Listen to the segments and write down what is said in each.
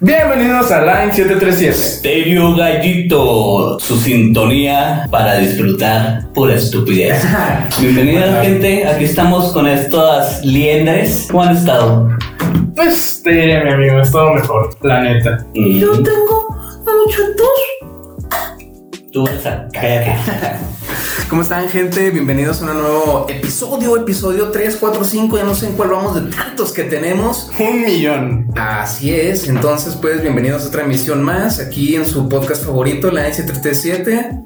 Bienvenidos a Line 737. Stereo Gallito, su sintonía para disfrutar pura estupidez. Bienvenida gente, aquí estamos con estas liendres. ¿Cómo han estado? Pues, este, mi amigo, es todo mejor, la neta. Mm, tengo muchos Mm, Tú vas a cállate. ¿Cómo están, gente? Bienvenidos a un nuevo episodio, episodio 3, 4, 5. Ya no sé en cuál vamos de tantos que tenemos. Un millón. Así es. Entonces, pues, bienvenidos a otra emisión más aquí en su podcast favorito, la N737.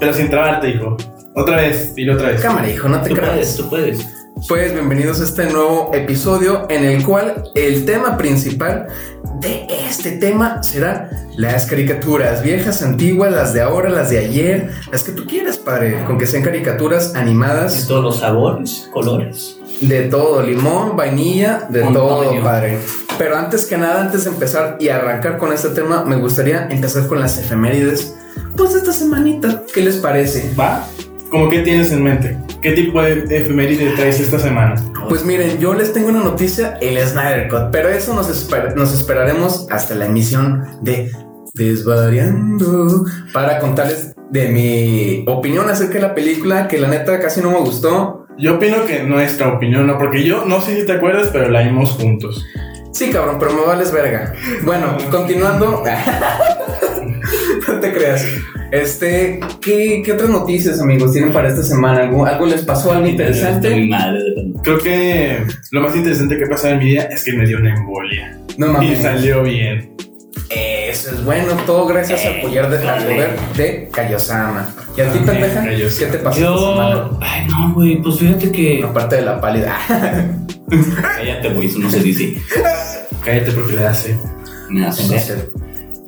Pero sin trabarte, hijo. Otra vez, dilo otra vez. Cámara, hijo, no te Tú creas. puedes, tú puedes. Pues, bienvenidos a este nuevo episodio en el cual el tema principal de este tema será las caricaturas viejas, antiguas, las de ahora, las de ayer, las que tú quieras, padre, con que sean caricaturas animadas. Y todos los sabores, colores. De todo, limón, vainilla, de Con todo, todo. padre. Pero antes que nada, antes de empezar y arrancar con este tema, me gustaría empezar con las efemérides. Pues de esta semanita, ¿qué les parece? ¿Va? ¿Cómo qué tienes en mente? ¿Qué tipo de efeméride traes esta semana? Pues miren, yo les tengo una noticia, el Snyder Cut, pero eso nos, esper- nos esperaremos hasta la emisión de Desvariando para contarles de mi opinión acerca de la película, que la neta casi no me gustó. Yo opino que nuestra opinión, no, porque yo no sé si te acuerdas, pero la vimos juntos. Sí, cabrón, pero me vales verga. Bueno, continuando. no te creas. Este, ¿qué, qué otras noticias, amigos, tienen para esta semana? ¿Algo, algo les pasó algo Mi interesante? madre de verdad. Creo que lo más interesante que pasó en mi día es que me dio una embolia. No Y mames. salió bien. Eso es bueno, todo gracias al Eh, poder de, al dale. poder de Kayosama. ¿Y a ti, Amén, pendeja? ¿Qué Kaiosama. te pasó esta semana? Yo, ay no, güey, pues fíjate que... Aparte de la pálida. Ah, Cállate, güey, eso no se dice. Cállate porque le hace. Me hace-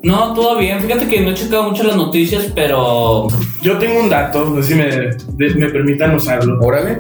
No, todo bien. Fíjate que no he checado mucho las noticias, pero Yo tengo un dato, no sé si me, de- me permitan usarlo. Órale.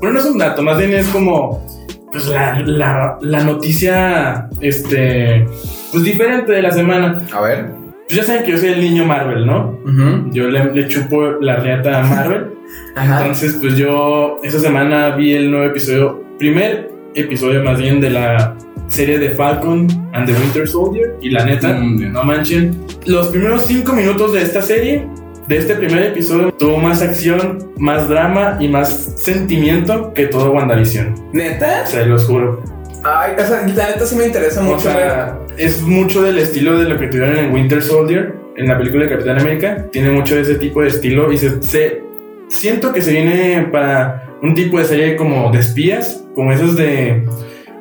Bueno, no es un dato, más bien es como pues, la, la- la noticia este, pues, diferente de la semana. A ver. Pues ya saben que yo soy el niño Marvel, ¿no? Ujú. Yo le, le chupo la reata a Marvel. Ajá. Entonces, pues yo esa semana vi el nuevo episodio, primer episodio más bien de la serie de Falcon and the Winter Soldier. Y la neta, Mm. no manchen, los primeros cinco minutos de esta serie, de este primer episodio, tuvo más acción, más drama y más sentimiento que todo WandaVision. ¿Neta? Se los juro. Ay, o sea, la neta sí me interesa O mucho ver sea, es mucho del estilo de lo que tuvieron en Winter Soldier, en la película de Capitán América. Tiene mucho de ese tipo de estilo y se, se- siento que se viene para un tipo de serie como de espías, como esas de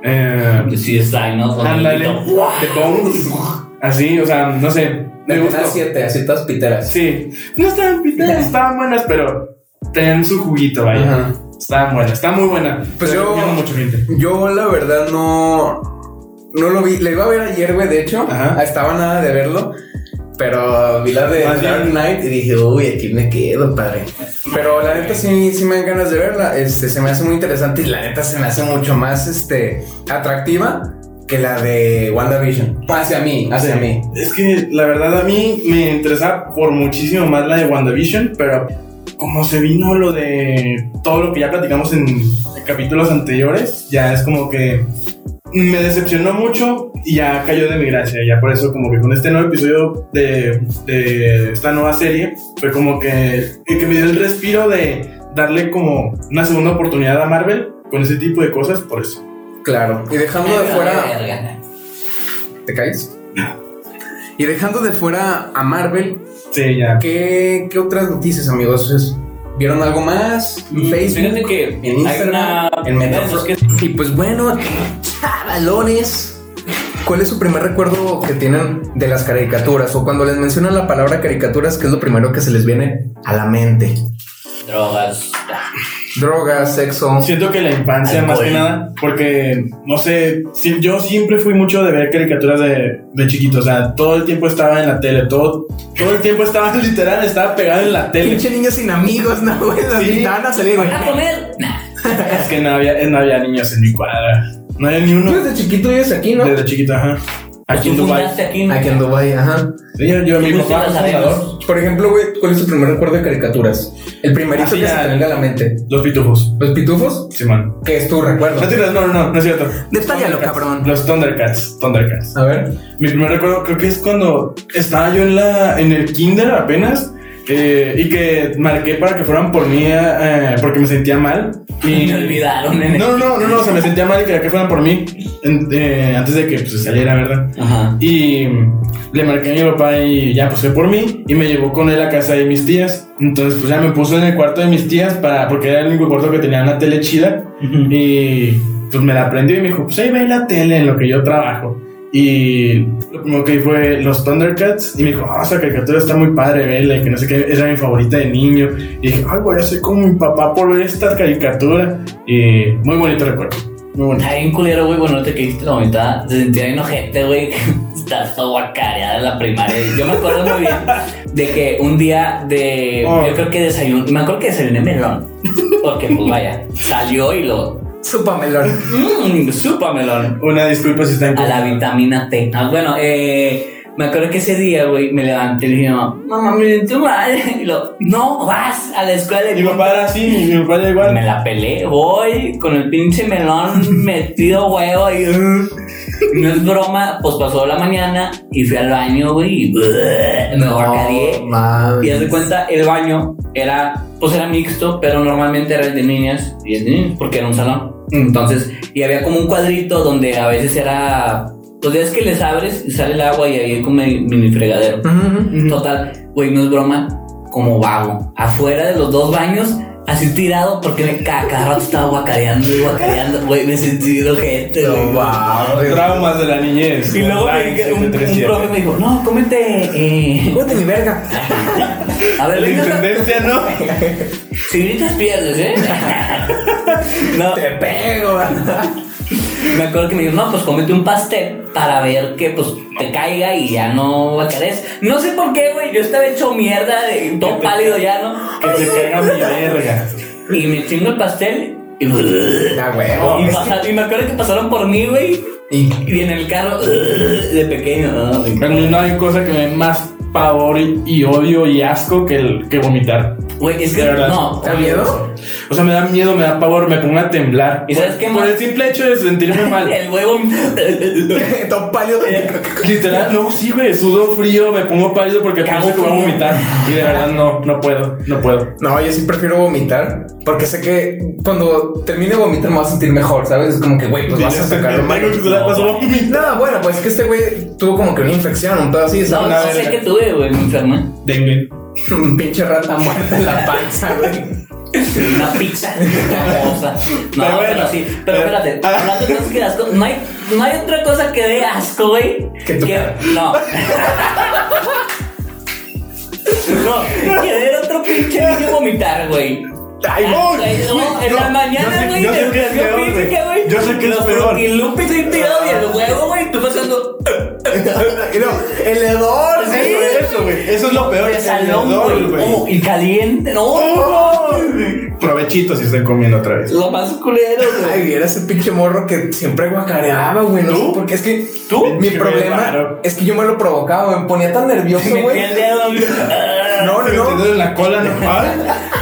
eh, pues, sí está, ¿no? Con el ándale, grito. de Bones. Así, o sea, no sé. Me de Canal gustó. 7, así todas piteras. Sí, no estaban pitadas, estaban buenas, pero tenían su juguito, vaya. Ajá. Estaban buenas, está muy buena. Pues Te yo- recomiendo mucho gente. Yo la verdad no no lo vi, la iba a ver ayer, güey, de hecho, Ah, Ajá. estaba nada de verlo, pero vi la de Más Dark bien- Knight y dije, "Uy, aquí me quedo, padre." Pero la neta sí sí me dan ganas de verla, este se me hace muy interesante y la neta se me hace mucho más este atractiva que la de WandaVision. Hacia mí, hacia mí. Es que la verdad a mí me interesa por muchísimo más la de WandaVision, pero como se vino lo de todo lo que ya platicamos en capítulos anteriores, ya es como que me decepcionó mucho y ya cayó de mi gracia. Ya por eso como que con este nuevo episodio de, de esta nueva serie fue como que, el que me dio el respiro de darle como una segunda oportunidad a Marvel con ese tipo de cosas, por eso. Claro. Y dejando de Verga, fuera verga. ¿Te caes? Y dejando de fuera a Marvel, Sí, ya. ¿qué, qué otras noticias, amigos? ¿Vieron algo más? Facebook. Fíjate que en Instagram, hay una- en Meta. Bueno, es que- Y pues bueno, chavalones. ¿Cuál es su primer recuerdo que tienen de las caricaturas? O cuando les mencionan la palabra caricaturas, ¿qué es lo primero que se les viene a la mente? drogas. Drogas, sexo. Siento que la infancia, más que Alcohol. nada, porque no sé, si- yo siempre fui mucho de ver caricaturas de, de chiquito, o sea, todo el tiempo estaba en la tele, todo, todo el tiempo estaba literal, estaba pegado en la tele. Pinche niños sin amigos, ¿no? güey? Las Sí. te van a salir, güey. A comer. Nah, es que no había, no había niños en mi cuadra, no había ni Tú uno desde chiquito vives aquí, ¿no? desde chiquito, ajá. Aquí en ¿Tú Dubai. fundaste aquí? Aquí en Dubai, ajá. Sí, yo, yo- mi Tú papá fuiste es las fundador. arenas. Por ejemplo, güey, ¿cuál es tu primer recuerdo de caricaturas? El primerito Así que se ya. te venga a la mente. Los pitufos. ¿Los pitufos? Simón. ¿Qué es tu recuerdo? No te creas, no, no, no, no es cierto. Detállalo, Thundercats. cabrón. Los Thundercats. Thundercats. A ver. Mi primer recuerdo creo que es cuando estaba yo en la en el kinder apenas eh, y que marqué para que fueran por mí eh, porque me sentía mal y Me olvidaron, nene. No, no, no, no, o sea, me sentía mal y quería que fueran por mí en- eh, antes de que pues, saliera, ¿verdad? Ajá. Y le marqué a mi papá y ya pues fue por mí y me llevó con él a casa de mis tías. Entonces pues ya me puso en el cuarto de mis tías para porque era el único cuarto que tenía una tele chida Ujú. y pues me la aprendió y me dijo, pues ahí ve la tele en lo que yo trabajo. Y lo primero que vi fue los Thundercats y me dijo, ah, esa caricatura está muy padre, vela, y que no sé qué, era mi favorita de niño. Y dije, ay, voy a ser como mi papá por ver esta caricatura. Y muy bonito recuerdo, muy bonito. Está bien culero, güey, bueno, te quedaste la mitad. Se sentía bien ojete, güey. Estás todo guacareada en la primaria. Yo me acuerdo muy bien de que un día de. Oh. Yo creo que desayuné. Me acuerdo que desayuné melón. Porque, pues vaya, salió y lo. Supamelón. Mmm, supa melón. Una disculpa si están A la vitamina T. Ah, bueno, eh, me acuerdo que ese día, güey, me levanté y le dije, mamá, mamá, me siento mal. Y lo, no vas a la escuela. Mi papá era así, mi papá era igual. Me la pelé, voy con el pinche melón metido huevo y uh, no es broma, pues pasó la mañana y fui al baño, güey, y uh, me No, guacareé. Y haz de mames. cuenta, el baño era, pues era mixto, pero normalmente era el de niñas y el de niños, porque era un salón. Entonces, y había como un cuadrito donde a veces era, los días que les abres y sale el agua y había como el mini fregadero. Ujú. Total, güey, no es broma, como vago. Afuera de los dos baños, así tirado, porque me ca- cada rato estaba guacareando y guacareando. Güey, me sentí de ojete, güey. No, mames. Traumas de la niñez. Y luego me- Ay, un, un 737. profe me dijo, no, cómete. eh, Cómete mi verga. a ver, La venga, intendencia, ¿no? si gritas pierdes, ¿eh? no, Te pego. me acuerdo que me dijo, no, pues cómete un pastel para ver que pues te caiga y ya no guacarees. No sé por qué, güey, yo estaba hecho mierda, de, todo pálido ya, ¿no? Que se caiga mi verga. Y me chingo el pastel y, La huevo. y pasa- y me acuerdo que pasaron por mí, güey. Y Y en el carro de pequeño. ¿no? A mí no hay cosa que me dé más pavor y, y odio y asco que, el, que vomitar. Güey, es que De verdad. no. ¿Te da miedo? O sea, me da miedo, me da pavor, me pongo a temblar. ¿Y sabes qué Por más? el simple hecho de sentirme mal. El huevo. Todo pálido. Literal, no, sí, güey, sudo frío, me pongo pálido porque Cago pienso que voy a frío. vomitar. Y de verdad, no, no puedo, no puedo. No, yo sí prefiero vomitar porque sé que cuando termine de vomitar me voy a sentir mejor, ¿sabes? Es como que, güey, pues vas a sacar Hermano, que se la pasó a mí. No, bueno, pues es que este güey tuvo como que una infección, un pedo así, No, ¿sabes? no sé qué tuve, güey. Me enfermé. Dengue. Un pinche rata muerta en la panza, güey. Una pizza. Una cosa. Pero No, pero, bueno. sí. Pero Pero- espérate. Ah. Hablando de cosas que de asco. No hay, no hay otra cosa que dé asco, güey. Que tu cara. No. No, que dé otro pinche niño vomitar, güey. Ah, Ay, No, güey. en la no, yo mañana, sé- güey, yo sé te- que es yo peor, pienso güey. que, güey, Yo sé que es los peor. Fruity Loops y tirado y el huevo, güey, tú pasando Y no, el hedor, Eso, sí. eso, güey. Eso es lo peor. de el salón, hedor, güey, oh, y caliente, no, Oh. Provechito si están comiendo otra vez. lo más culero, güey. Ay, era ese pinche morro que siempre guacareaba, güey. No ¿Tú? sé por qué. Es que ¿Tú? mi Qué problema bárbaro. es que yo me lo provocaba, güey, me ponía tan nervioso, Me metí el güey. dedo, güey. Ah, No, no, Pero te no. duele la cola, ¿no? Ah,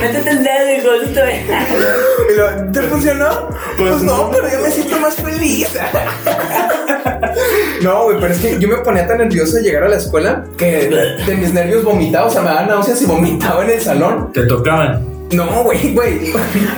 Métete el dedo, hijo, eso te ve. Y lo- ¿Te funcionó? Pues, Pues no, no. pero yo me siento más feliz. No, güey, pero es que yo me ponía tan nervioso de llegar a la escuela que de mis nervios vomitaba, o sea, me daban náuseas y vomitaba en el salón. Te tocaban. No, güey, güey.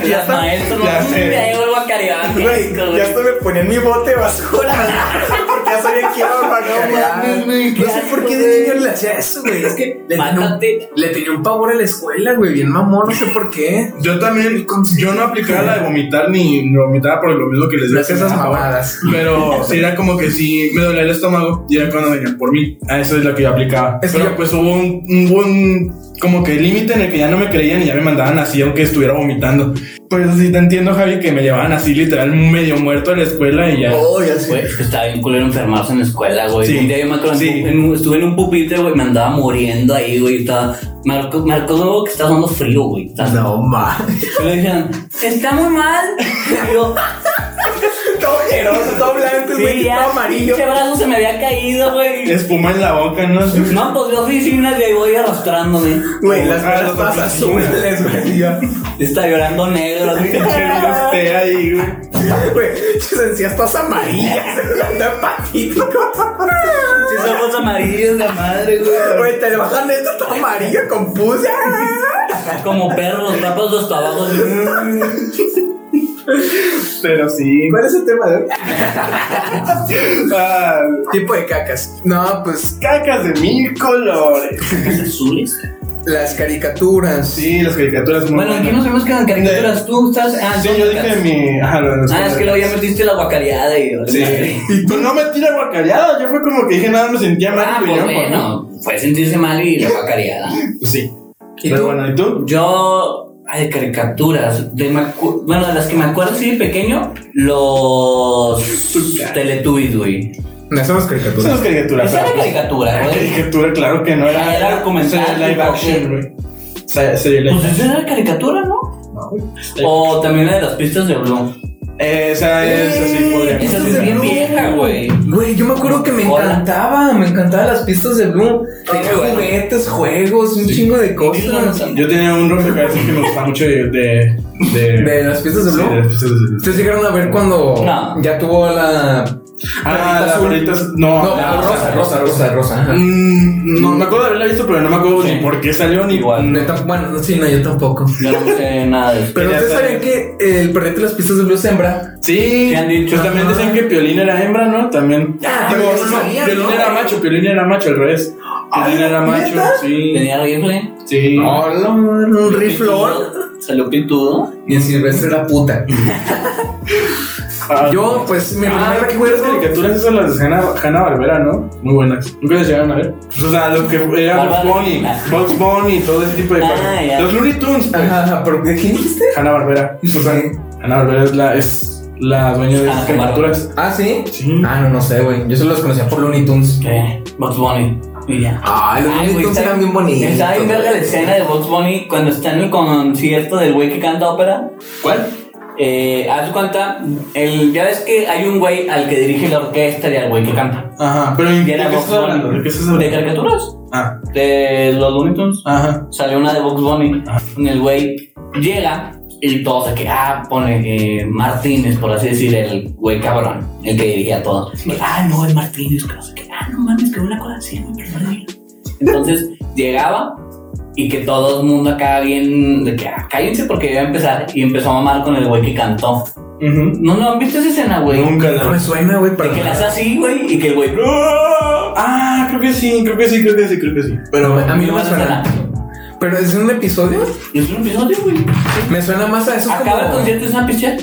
Ya Las hasta, maestras, no, ya mm, sé. ya llegó el guacareado, qué güey, asco, ya hasta me ponía en mi bote de basura. Porque ya sabía que iba a guacarear. mames, güey, qué No sé asco, por qué de niño güey. le hacía eso, güey. Es que le tenía, un, Mátate. le tenía un pavor a la escuela, güey, bien mamón, no sé por qué. Yo también, yo no aplicaba la de vomitar ni ni vomitaba por lo mismo que les No decía. hacía esas mamadas. Pero sí era como que sí me dolía el estómago y era cuando venían por mí. A eso es lo que yo aplicaba. Es que Pero yo- pues hubo un, un buen como que límite en el que ya no me creían y ya me mandaban así aunque estuviera vomitando. Pues sí te entiendo, Javi, que me llevaban así literal medio muerto a la escuela y ya. Oh, ya sé. Güey, es que estaba bien culero enfermarse en la escuela, güey. Sí. Un día yo me acuerdo, Sí. en un- estuve en un pupitre, güey, me andaba muriendo ahí, güey. Estaba, Marco, Marco, luego que estaba dando frío, güey. Estaba- No, ma. Y le dijeron, está muy mal. Y yo, todo ojeroso, todo blanco, Sí, güey, ya, todo amarillo. pinche brazo se me había caído, güey. Espuma en la boca, ¿no? No, pues veo oficinas y ahí voy arrastrándome. Güey, las Ah, manos los todas oficinas. azules, güey. ya. Está llorando negro, güey. Usted ahí, güey. Güey, sus encías todas amarillas. Está patítico. Sus ojos amarillos de madre, güey. Güey, te le bajan esto todo amarillo con pus. Como perros, rapas los tabacos. Pero sí. ¿Cuál es el tema de hoy? Ah, Tipo de cacas. No, pues cacas de mil colores. azules. las caricaturas. Sí, las caricaturas muy Bueno, aquí buenas. nos vemos con caricaturas. Tú estás. Ah, Sí, son yo vacas. dije mi. Ah, lo de los Ah, es que luego ya colores. metiste la guacareada y. Sí. Y tú no me tiras guacareada. Yo fue como que dije nada, me sentía mal. Ah, y pues yo, bueno, fue sentirse mal y la guacareada. Pues sí. ¿Y Pero tú? bueno, ¿y tú? Yo, ay, de caricaturas, de me acu- bueno, de las que me acuerdo sí de pequeño, los Teletubbies, güey. No somos Son las caricaturas. caricaturas. Esa era ¿sabes? caricatura, Era güey. caricatura, claro que no. Era, Era documental, sería live tipo, action, ¿qué? güey. Se- sería live Pues esa era caricatura, ¿no? No, güey. Este, O también la de las pistas de Blue. Esa es así, podría. Esa es bien vieja, güey. Güey, yo me acuerdo que me Hola. encantaba, me encantaban las pistas de Bloom. Tenía bueno. juguetes, juegos, un chingo de cosas. Yo tenía un rompecabezas que me gustaba mucho de. de, de, ¿De las pistas de sí, de Bloom? las pistas de Blue. ¿Ustedes llegaron a ver cuando No. ya tuvo la. Ah, las azul? bolitas. No, No, Ah. la- rosa, rosa, rosa, rosa. ajá. Mm, no, me acuerdo de haberla visto, pero no me acuerdo Sí. ni por qué salió ni. Igual. no. Yo tam- bueno, no, sí, no, yo tampoco. Yo no sé nada de eso. Pero Quería ustedes sabían que el perrito de las pistas de Blue sembra. Sí, ¿Qué han dicho? pues también decían que Piolín era hembra, ¿no? También. Ah, Digo, pero no, sí no, sabían, Piolín ¿no? Ah, era macho, Piolín era macho, al revés. Piolín era macho, ¿neta? sí. Tenía rifle. Sí. Hola, un riflón. Salió pitudo. Y el silvestre era puta. Ah, Yo, pues, mi Ah, primer qué buenas recuerdo. caricaturas esas las de Hanna, Hanna Barbera, ¿no? Muy buenas. ¿Nunca las llegaron a ver? Pues, o sea, lo que era Bugs Bárbara. Bunny, Bugs Bunny, todo ese tipo de Ah, cosas. ya. Los Looney Tunes, pues. Ajá, ajá, pero ¿qué dijiste? Hanna Barbera. O sea, Sí. Hanna Barbera es la, es la dueña de esas Hanna Barbera. caricaturas. Ah, sí. Sí. Ah, no, no sé, güey. Yo solo los conocía por Looney Tunes. ¿Qué? Box Bunny. Y ya. Ay, los Looney Tunes eran bien bonitos. Estaba bien verga la escena de Box Bunny cuando está en el concierto del güey que canta ópera. ¿Cuál? Eh, haz cuenta, el, ya ves que hay un güey al que dirige la orquesta y al güey que canta. Ajá, pero ¿en Y ¿de qué era Box estás hablando? ¿De Bunny. qué estás ¿De hablando? caricaturas? Ah, De los Looney Tunes. ajá. Salió una de Box Bunny. En el güey llega y todos de que, ah, pone eh, Martínez, por así decir, el güey cabrón, el que dirigía todo. Y, ah, no, es Martínez, que no sé qué. Ah, no mames, que una cosa así, no, que no, no". Entonces llegaba y que todo el mundo acá bien, de que, ah, cállense porque iba a empezar. Y empezó a mamar con el güey que cantó. Ujú. No, no, ¿han visto esa escena, güey? Pues, Nunca No me la. suena, güey, De pero. que la hace así, güey, y que el güey. Ah, creo que sí, creo que sí, creo que sí, creo que sí. Pero a mí no me hace suena. nada. Pero es un episodio. Es un episodio, güey. Me suena más a eso Acaba el como. concierto es una pichea.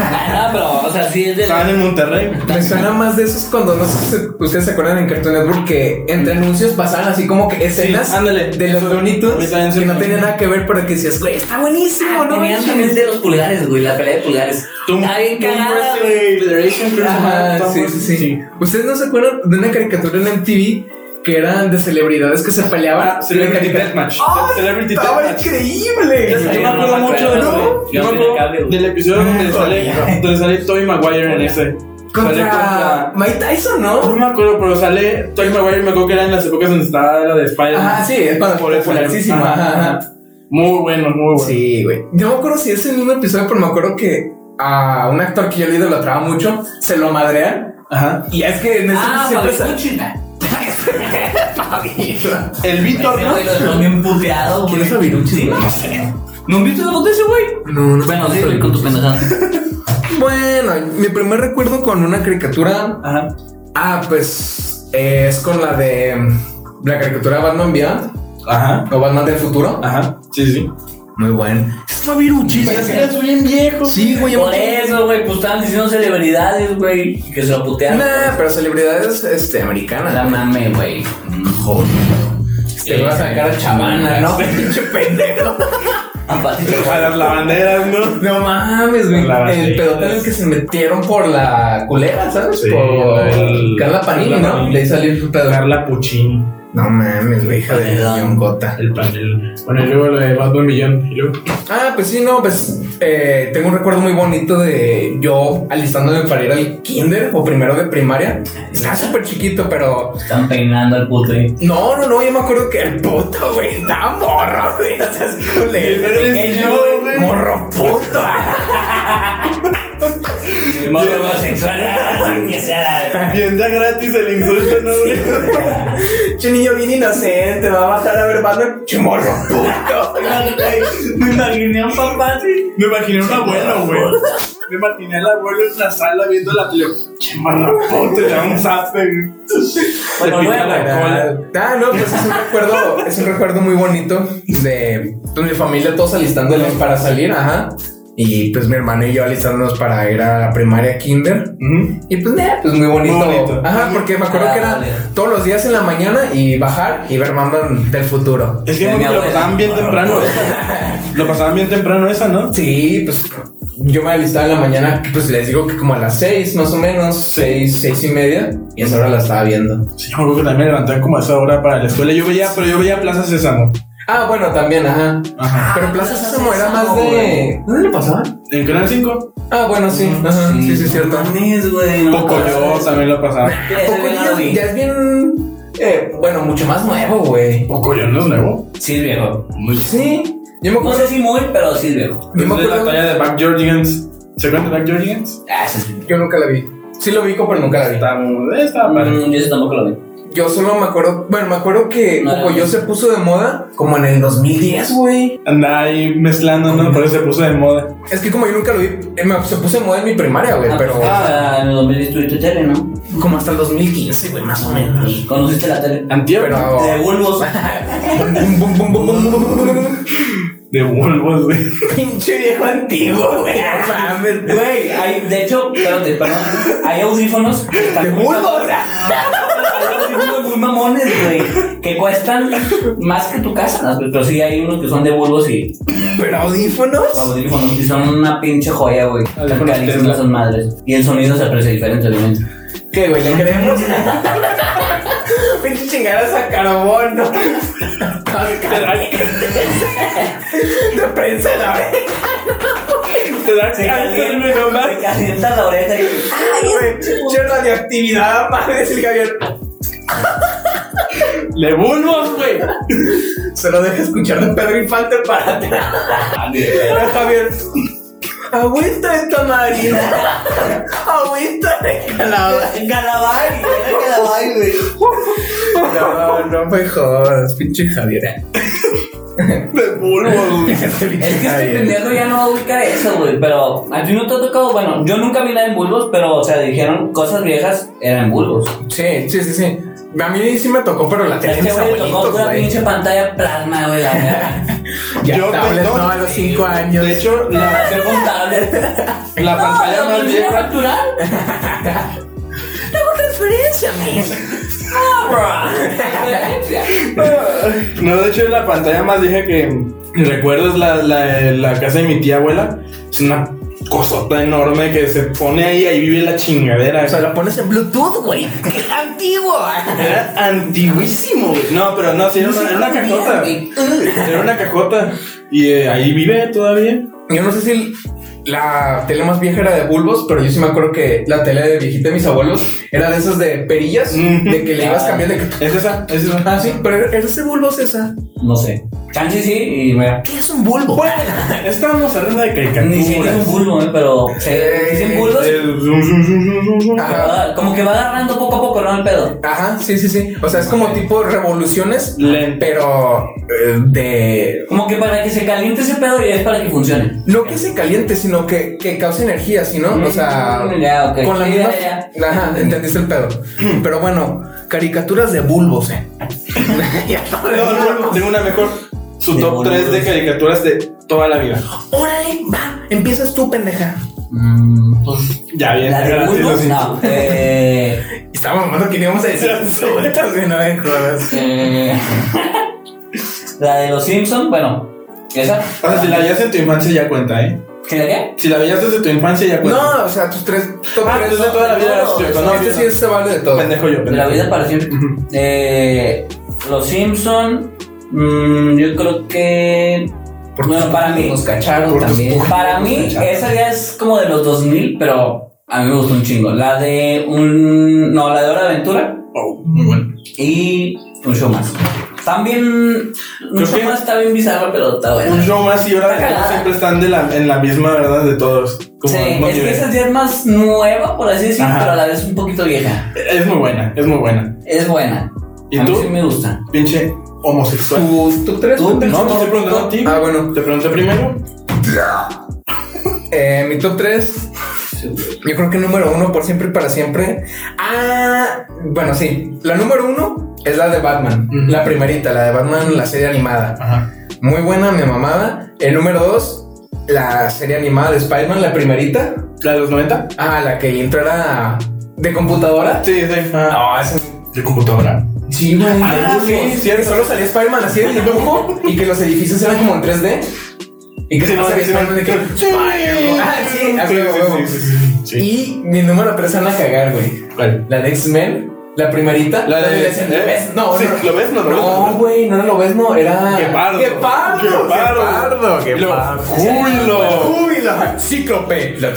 Ah, no, pero, o sea, sí es de. Estaban en Monterrey. Me suena más de esos cuando no sé si ustedes se acuerdan en Cartoon Network que entre anuncios pasaban así como que escenas Sí, ándale. de los Looney A mí Tunes también se que no me- tenía nada que ver, pero que decías, güey, está buenísimo, Ah, ¿no? tenían también de los pulgares, güey, la pelea de pulgares. Tom- Está bien Tom cagada, Wrestling güey. Federation, creo que se llama, Ajá, Tom sí, sí, Wrestling, sí, ¿Ustedes no se acuerdan de una caricatura en MTV que eran de celebridades que se peleaban? Ah, Celebrity Deathmatch. ¡Ah, Celebrity Estaba Deathmatch. increíble. Yo me acuerdo No me mucho de acuerdo, eso. güey. Yo me Yo tenía cable, acuerdo güey. del episodio donde Ah, sale, todavía. donde sale Tobey Maguire en ese. Sale Contra Mike Tyson, No ¿no? me acuerdo, pero sale Tobey Maguire. Me acuerdo que era en las épocas donde estaba la de Spider-Man. Ajá, sí, es cuando Por eso, popularísimo. ajá, Ajá, ajá. Muy bueno, muy bueno. Sí, güey. Yo me acuerdo si es el mismo episodio, pero me acuerdo que a un actor que yo le idolatraba mucho se lo madrean. Ajá. Y es que en ese Ah, siempre Fabi sale- Cuchi. Fabirucci. El Víctor, Ese ¿no? güey lo dejó bien puteado, güey. ¿Quién es Fabirucci? Sí, güey? no sé. ¿No han visto la foto de ese güey? No, no. Bueno, sí, güey, con tus pendejadas. Bueno, mi primer recuerdo con una caricatura. Ajá. Ah, pues eh, es con la de mm, la caricatura Batman Beyond Ajá. o Batman del futuro. Ajá. Sí, sí, sí. Muy buen. Es Fabirucci. es bien viejo. Sí, güey. yo me Por acuerdo- eso, güey, pues estaban diciendo celebridades, güey, que se lo putearon. Nah, eh, pero celebridades este, No americanas. la mame, güey. Mm, Joder. Te va a sacar a chavana, ¿no? Pinche pendejo. Aparte, A las lavanderas, ¿no? No mames, güey. La El bandera. pedote en el que se metieron por la culera, ¿sabes? Sí, por el- Carla Panini, Carla ¿no? Panini. De ahí salió el pedo. Carla Puccini, No mames, güey, hija de Perdón. John Cota. el panel. Bueno, y luego lo de Batman Millón. Y luego. Ah, pues sí, no, pues eh, tengo un recuerdo muy bonito de yo alistándome para ir al kinder o primero de primaria. Estaba súper chiquito, pero Están peinando al puto. ahí. no, no, no. Yo me acuerdo que el puto, güey, estaba morro, güey. O sea, es culero. Pequeño, güey. Morro puto. El morro homosexual. ah, que sea. Bien da gratis el insulto, ¿no, güey? Che niño bien inocente, va a bajar a ver Batman. Che morro puto. Me imaginé a un papá así. Me imaginé a un abuelo, güey. Me imaginé al abuelo en la sala viendo la tele. Che marrapote, le da un zape, güey. Bueno, Le pica bueno, la cola. Ah, no, pues es un recuerdo, es un recuerdo muy bonito de pues, mi familia todos alistándonos para salir, ajá. Y pues mi hermana y yo alistándonos para ir a la primaria kinder. Ujú. Y pues, nah, pues muy bonito. Muy bonito. Ajá, porque me acuerdo que era todos los días en la mañana y bajar y ver Batman del futuro. Es que De como mi que lo abuela. pasaban bien temprano. ¿eh? Lo pasaban bien temprano esa, ¿no? Sí, pues yo me alistaba en la mañana, pues les digo que como a las seis más o menos, seis, seis y media. Y a esa hora la estaba viendo. Sí, yo creo que también me levantaban como a esa hora para la escuela. Yo veía, pero yo veía Plaza Sésamo. Ah, bueno, también, ajá. Ajá. Pero Plaza Sésamo era más de... ¿Dónde le pasaba? En Canal 5, Ah, bueno, sí. Ajá, sí, sí, es cierto. Mames, güey. no Pocoyo mames. también lo pasaba. Ese Poco no ya, lo vi. ya es bien... eh, bueno, mucho más nuevo, güey. Pocoyo no es nuevo. Sí, es viejo. Sí. Yo No me acuerdo... sé si muy, pero sí es viejo. Yo me Es de la acuerdo... talla de Back Georgians. ¿Se acuerdan de Back Georgians? Ah, ese sí. Yo nunca la vi. Sí lo vi, pero nunca la vi. Estaba muy. Estaba padre. Mm, Yo ese tampoco lo vi. Yo solo me acuerdo... Bueno, me acuerdo que No, no, Pocoyo no. se puso de moda como en el 2010, güey. Andaba ahí mezclando, ¿no? Por eso se puso de moda. Es que como yo nunca lo vi... eh, me- se puso de moda en mi primaria, güey, pero... Ah, en el 2010 tuviste tele, ¿no? Como hasta el 2015, güey, más o menos. ¿Conociste la tele? Antier, Pero- De Bulbos. Bum, bum, bum, bum, bum, bum, bum, bum, bum. De Wolvos, güey. Pinche viejo antiguo, güey. No mames, güey. Güey, hay, de hecho, espérate, perdón, hay audífonos que están De muy bulbos. mamones. Hay audífonos muy mamones, güey, que cuestan más que tu casa, güey, pero sí hay unos que son de bulbos y Pero audífonos. audífonos y son una pinche joya, güey. Están Audífonos Tesla. carísimos son madres. Y el sonido se aprecia diferente, obviamente. ¿Qué, güey? ¿Le queremos? Pinche chingadas a carbono. De prensa la vez. Te da Se cáncer, güey, calienta, nomás. se calienta la oreja y... Pinche radioactividad, madre. Es el Javier. Le Wolvos, güey. Se lo deja escuchar de Pedro Infante para atrás. Pero, Javier. Agüita de tamarina. Agüita de calabaza. Calabay, era calabay, güey. No, no me jodas, pinche Javier. De Wolvos, güey. Es que este pendejo ya no va a ubicar eso, güey. Pero a ti no te ha tocado. Bueno, yo nunca vi nada en bulbos, pero, o sea, dijeron cosas viejas eran bulbos. Sí, sí, sí, sí. A mí sí me tocó, pero la tenía Este mis güey le tocó abuelitos, una güey. pinche pantalla plasma, güey, la verdad. Ya Yo tablets, perdón. no, a los 5 años. De hecho, la, Hacer un tablet. la pantalla más vieja. facturar? tengo transferencia, ¡Ah, bro! No, de hecho, la pantalla más vieja que recuerdo es la, la, la casa de mi tía abuela. Es una cosota enorme que se pone ahí, ahí vive la chingadera. O sea, la pones en Bluetooth, güey. ¡Qué antiguo! Era antiguísimo, güey. No, pero no, sí, era una, era una cajota. Era una cajota. Y eh, ahí vive todavía. Yo no sé si la tele más vieja era de bulbos, pero yo sí me acuerdo que la tele de viejita de mis abuelos era de esas de perillas, Ujú. de que le Ah. ibas cambiando. de que- Es esa, es esa. Ah, sí, pero ¿eres de bulbos esa? No sé. Chance sí, y mira. ¿Qué es un bulbo? Estábamos hablando de Ni siquiera es un caricaturas. bulbo, eh, pero. Se dicen bulbos. El zum, zum, zum, zum, zum, zum. Ah. pero Como que va agarrando poco a poco, ¿no? El pedo. Ajá, sí, sí, sí. O sea, es como tipo revoluciones, Lento. pero eh, de Como que para que se caliente ese pedo y es para que funcione. No que se caliente, sino que, que cause energía, sino, o sea, Mm, ya, ok. con la Sí, misma. ya, Ajá, entendiste el pedo. Pero bueno, caricaturas de bulbos, eh. Ya no de No, no, no, bulbos. tengo una mejor. Su De top 3 de boludos. caricaturas de toda la vida. Órale, va, empiezas tú, pendeja. Mm, pues, Ya bien, la de gracias, lo Bulbos, siento. no. Eh, Estaba mamando que le íbamos a decir sueltas, güey, no me jodas. eh, la de los Simpsons, bueno, esa. O sea, si la veías en tu infancia ya cuenta, ¿eh? ¿Qué de qué? Si la veías desde tu infancia ya cuenta. No, o sea, tus tres top Ah, tres entonces de toda la vida, no, cierto, no, Este sí, sí no. es- se vale de todo. Pendejo yo, De la pendejo. vida para siempre. Ujú. mm, Eh, los Simpsons, yo creo que Porque Bueno, para mí- Nos cacharon Por también. supuesto. Para mí, esa ya es como de los 2000, pero a mí me gustó un chingo. La de un. No, la de Hora de Aventura Oh, muy bueno. y un show más. También. Un Creo show que- más está bien bizarro, pero está bueno. Un show más y ahora de Aventura siempre están de la, en la misma verdad de todos. Como Sí, al mismo es que nivel. esa ya es más nueva, por así decirlo, Ajá. pero a la vez un poquito vieja. es muy buena, es muy buena. Es buena. ¿Y a tú? mí sí me gusta. Pinche homosexual. Tus- ¿Tú tres? Tú, ¿Tú tres? No, te estoy preguntando a ti. Ah, bueno. Te pregunté primero. Eh, mi top 3, yo creo que número uno por siempre y para siempre. Ah, bueno, sí. La número uno es la de Batman. Ujú. La primerita, la de Batman, la serie animada. Ajá. Muy buena, mi mamada. El número dos, la serie animada de Spider-Man, la primerita. ¿La de los 90? Ah, la que intro era de computadora. Sí, sí. Ah. No, esa ¿De computadora? Sí, güey. Ah, sí, sí, sí, que solo salía Spider-Man así de dibujo y que los edificios eran como en 3D. Y que Sí, se no, pasaba sí, sí, Spider-Man de que. sí. Ah, sí, a Sí, huevo, sí, a huevo. sí, sí, sí, sí. Y mi número 3 van a cagar, güey. ¿Cuál? La de X-Men, la primerita. La de- violación, ¿Lo ¿eh? ves? No, Sí, no. ¿lo ves? No, lo ves, no, No, lo ves. güey, no, no lo ves, no. Era. ¡Qué pardo! ¡Qué pardo! ¡Qué pardo! ¡Qué Lo- pardo! ¡Júbilo! ¡Júbilo! ¡Cíclope! Lo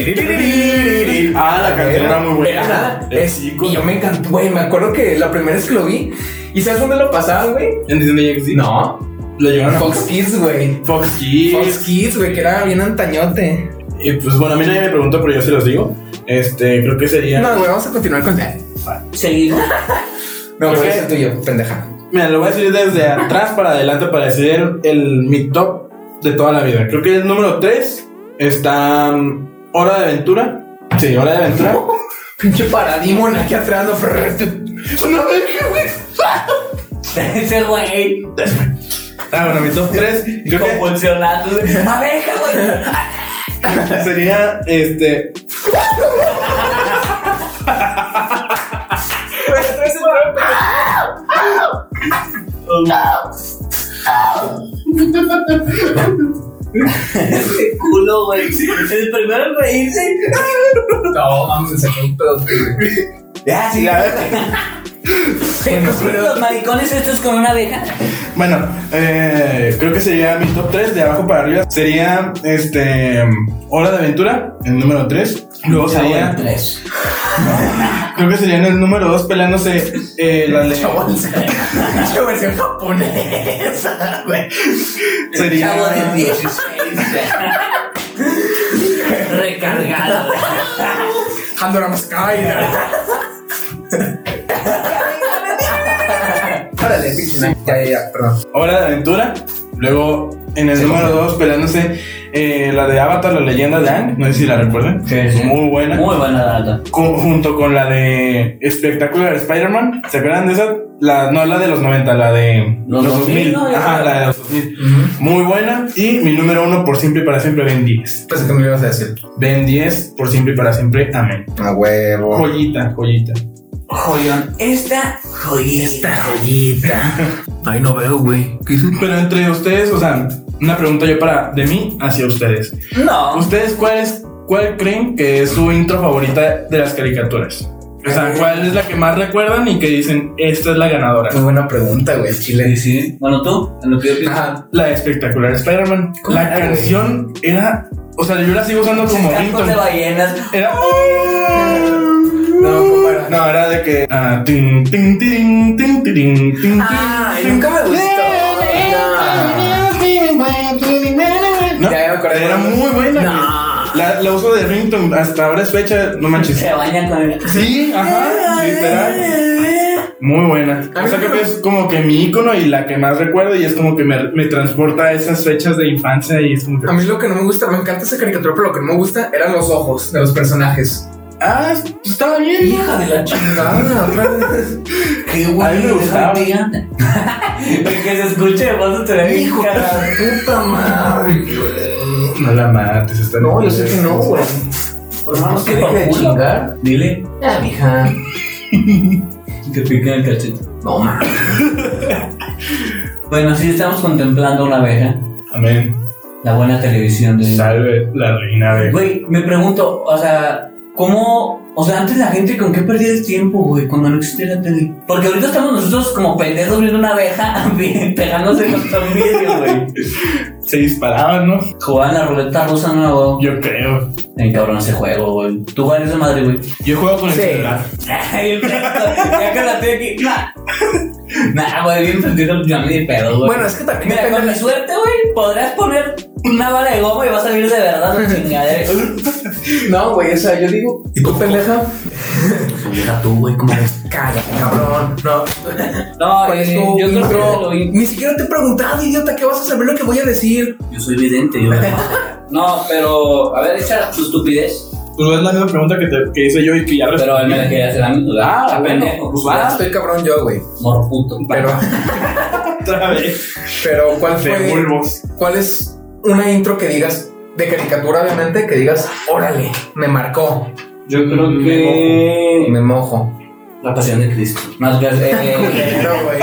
tiririririri. Ah, la canción era muy buena. Ajá, El es- Cíclope. y yo me encantó, güey. Me acuerdo que la primera vez que lo vi. ¿Y sabes dónde lo pasaban, güey? ¿En Disney XD? No, Lo llevaron a Fox Kids, güey. Fox Kids. Fox Kids, güey, que era bien antañote. Y pues bueno, a mí nadie me preguntó, pero yo se los digo. Este, creo que sería. No, güey, vamos a continuar con. No, Seguido. Ok. güey, es el tuyo, pendeja. Mira, lo voy a decir desde atrás para adelante para decir el, el- mi top de toda la vida. Creo que el número 3 está mm, Hora de Aventura. Sí, Hora de Aventura. Pinche paradimon aquí atrás, no Una abeja, güey. Ese güey. Ah, bueno, mi top 3 creo Convulsionando. Abeja, güey. que sería este. Este Culo, güey. El primero en reírse. No, vamos a sacar un pedo. Ya, sí, la Los maricones estos con una abeja. Bueno, eh, creo que sería mi top 3 de abajo para arriba. Sería este. Hora de Aventura, el número 3. Luego sería. Tres. Creo que sería en el número 2 peleándose eh, la de. Pinche versión japonesa, güey. Sería. Chavo de 16. Recargado. güey. Handorama Sky. Órale, pinche. Ya, ya, ya, perdón. Hora de Aventura. Luego en el Sí, número sí. 2 peleándose eh, la de Avatar, la leyenda de Aang. No sé si la recuerden. Sí, sí. Muy buena. Muy buena data. Con- junto con la de Spectacular Spider-Man. ¿Se acuerdan de esa? La, no la de los 90, la de Los 2000, ¿no? Ajá, la de los 2000. Muy buena. Y mi número 1 por siempre y para siempre, Ben 10. Pues, ¿qué me ibas a decir? Ben 10 por siempre y para siempre. Amén. A huevo. Joyita, joyita. Joyón. Esta joyita. joyita. Ay, no veo, güey. ¿Qué hice? Pero entre ustedes, o sea, una pregunta yo para de mí hacia ustedes. No. ¿Ustedes cuál es, cuál creen que es su intro favorita de las caricaturas? O sea, ¿cuál es la que más recuerdan y que dicen esta es la ganadora? Muy buena pregunta, güey. Chile. Sí. Bueno, tú, en lo que yo pienso. Ajá. La de espectacular Spider-Man. ¿Cómo La era, güey? canción era, o sea, yo la sigo usando como Tacos intro. de ballenas. Era No, ¿cómo era? No, era de que ah, tin, tin, tin, tin, tin, tin, Ay, tin, Ah, nunca me gustó. No, Ya, ya me acordé. era muy buena. güey. La, la uso de Rington hasta ahora es fecha, no manches. Se baña con el. Sí, ajá, literal. Muy buena. A O mí sea, me- creo que es como que mi icono y la que más recuerdo y es como que me, me transporta a esas fechas de infancia y es como que... A mí lo que no me gusta, me encanta esa caricatura, pero lo que no me gusta eran los ojos de los personajes. Ah, estaba bien. ¿no? Hija de la ch... Chingada, Ah, otra vez. Qué A mí me gustaba. El que se escuche de paso te ve bien Hijo de cagado. la puta madre. No la mates, está No, yo sé que no, güey. Pues vamos, que deje de chingar. Dile. Ya, mija. Te pica el cachete. No, mames. Bueno, sí, estamos contemplando una abeja. Amén. La buena televisión de. Salve la reina de... Güey, me pregunto, o sea, ¿cómo? O sea, antes la gente con qué perdía el tiempo, güey, cuando no existía la tele. Porque ahorita estamos nosotros como pendejos viendo una abeja pegándose con tornillos, güey. se disparaban, ¿no? Jugaban la ruleta rusa, ¿no? güey? Yo creo. Ay, cabrón, ese juego, güey. Tú juegas de madre, güey. Yo juego con el Sí. celular. Ay, el perrito, ya que la tengo aquí. Nah, nah, güey, bien perdido, yo ni de pedo, güey. Bueno, es que también Mira, con depende- mi suerte, güey, podrás poner una bala de goma y va a salir de verdad la chingadera. No, güey, o sea, yo digo, ¿y tú pendeja? Mira tú, güey, cómo ves. Calla, cabrón, no. No, ¿Cuál es eh, tu yo creo que intro? lo vi. Ni siquiera te he preguntado, idiota, ¿qué vas a saber lo que voy a decir? Yo soy vidente, yo. no, pero, a ver, echa tu estupidez. Pues es la misma pregunta que, te, que hice yo y que ya Pero él me la respondí. quería hacer a mí. güey. Ah, bueno, pendejo, pues pues ya va. estoy cabrón yo, güey. Morro puto. Pero, Otra vez. pero, ¿cuál De fue? bulbos. ¿Cuál es una intro que digas de caricatura, obviamente, que digas, órale, me marcó, Yo creo Mm, que. me mojo? La pasión de Cristo. Más que. eh, No, güey.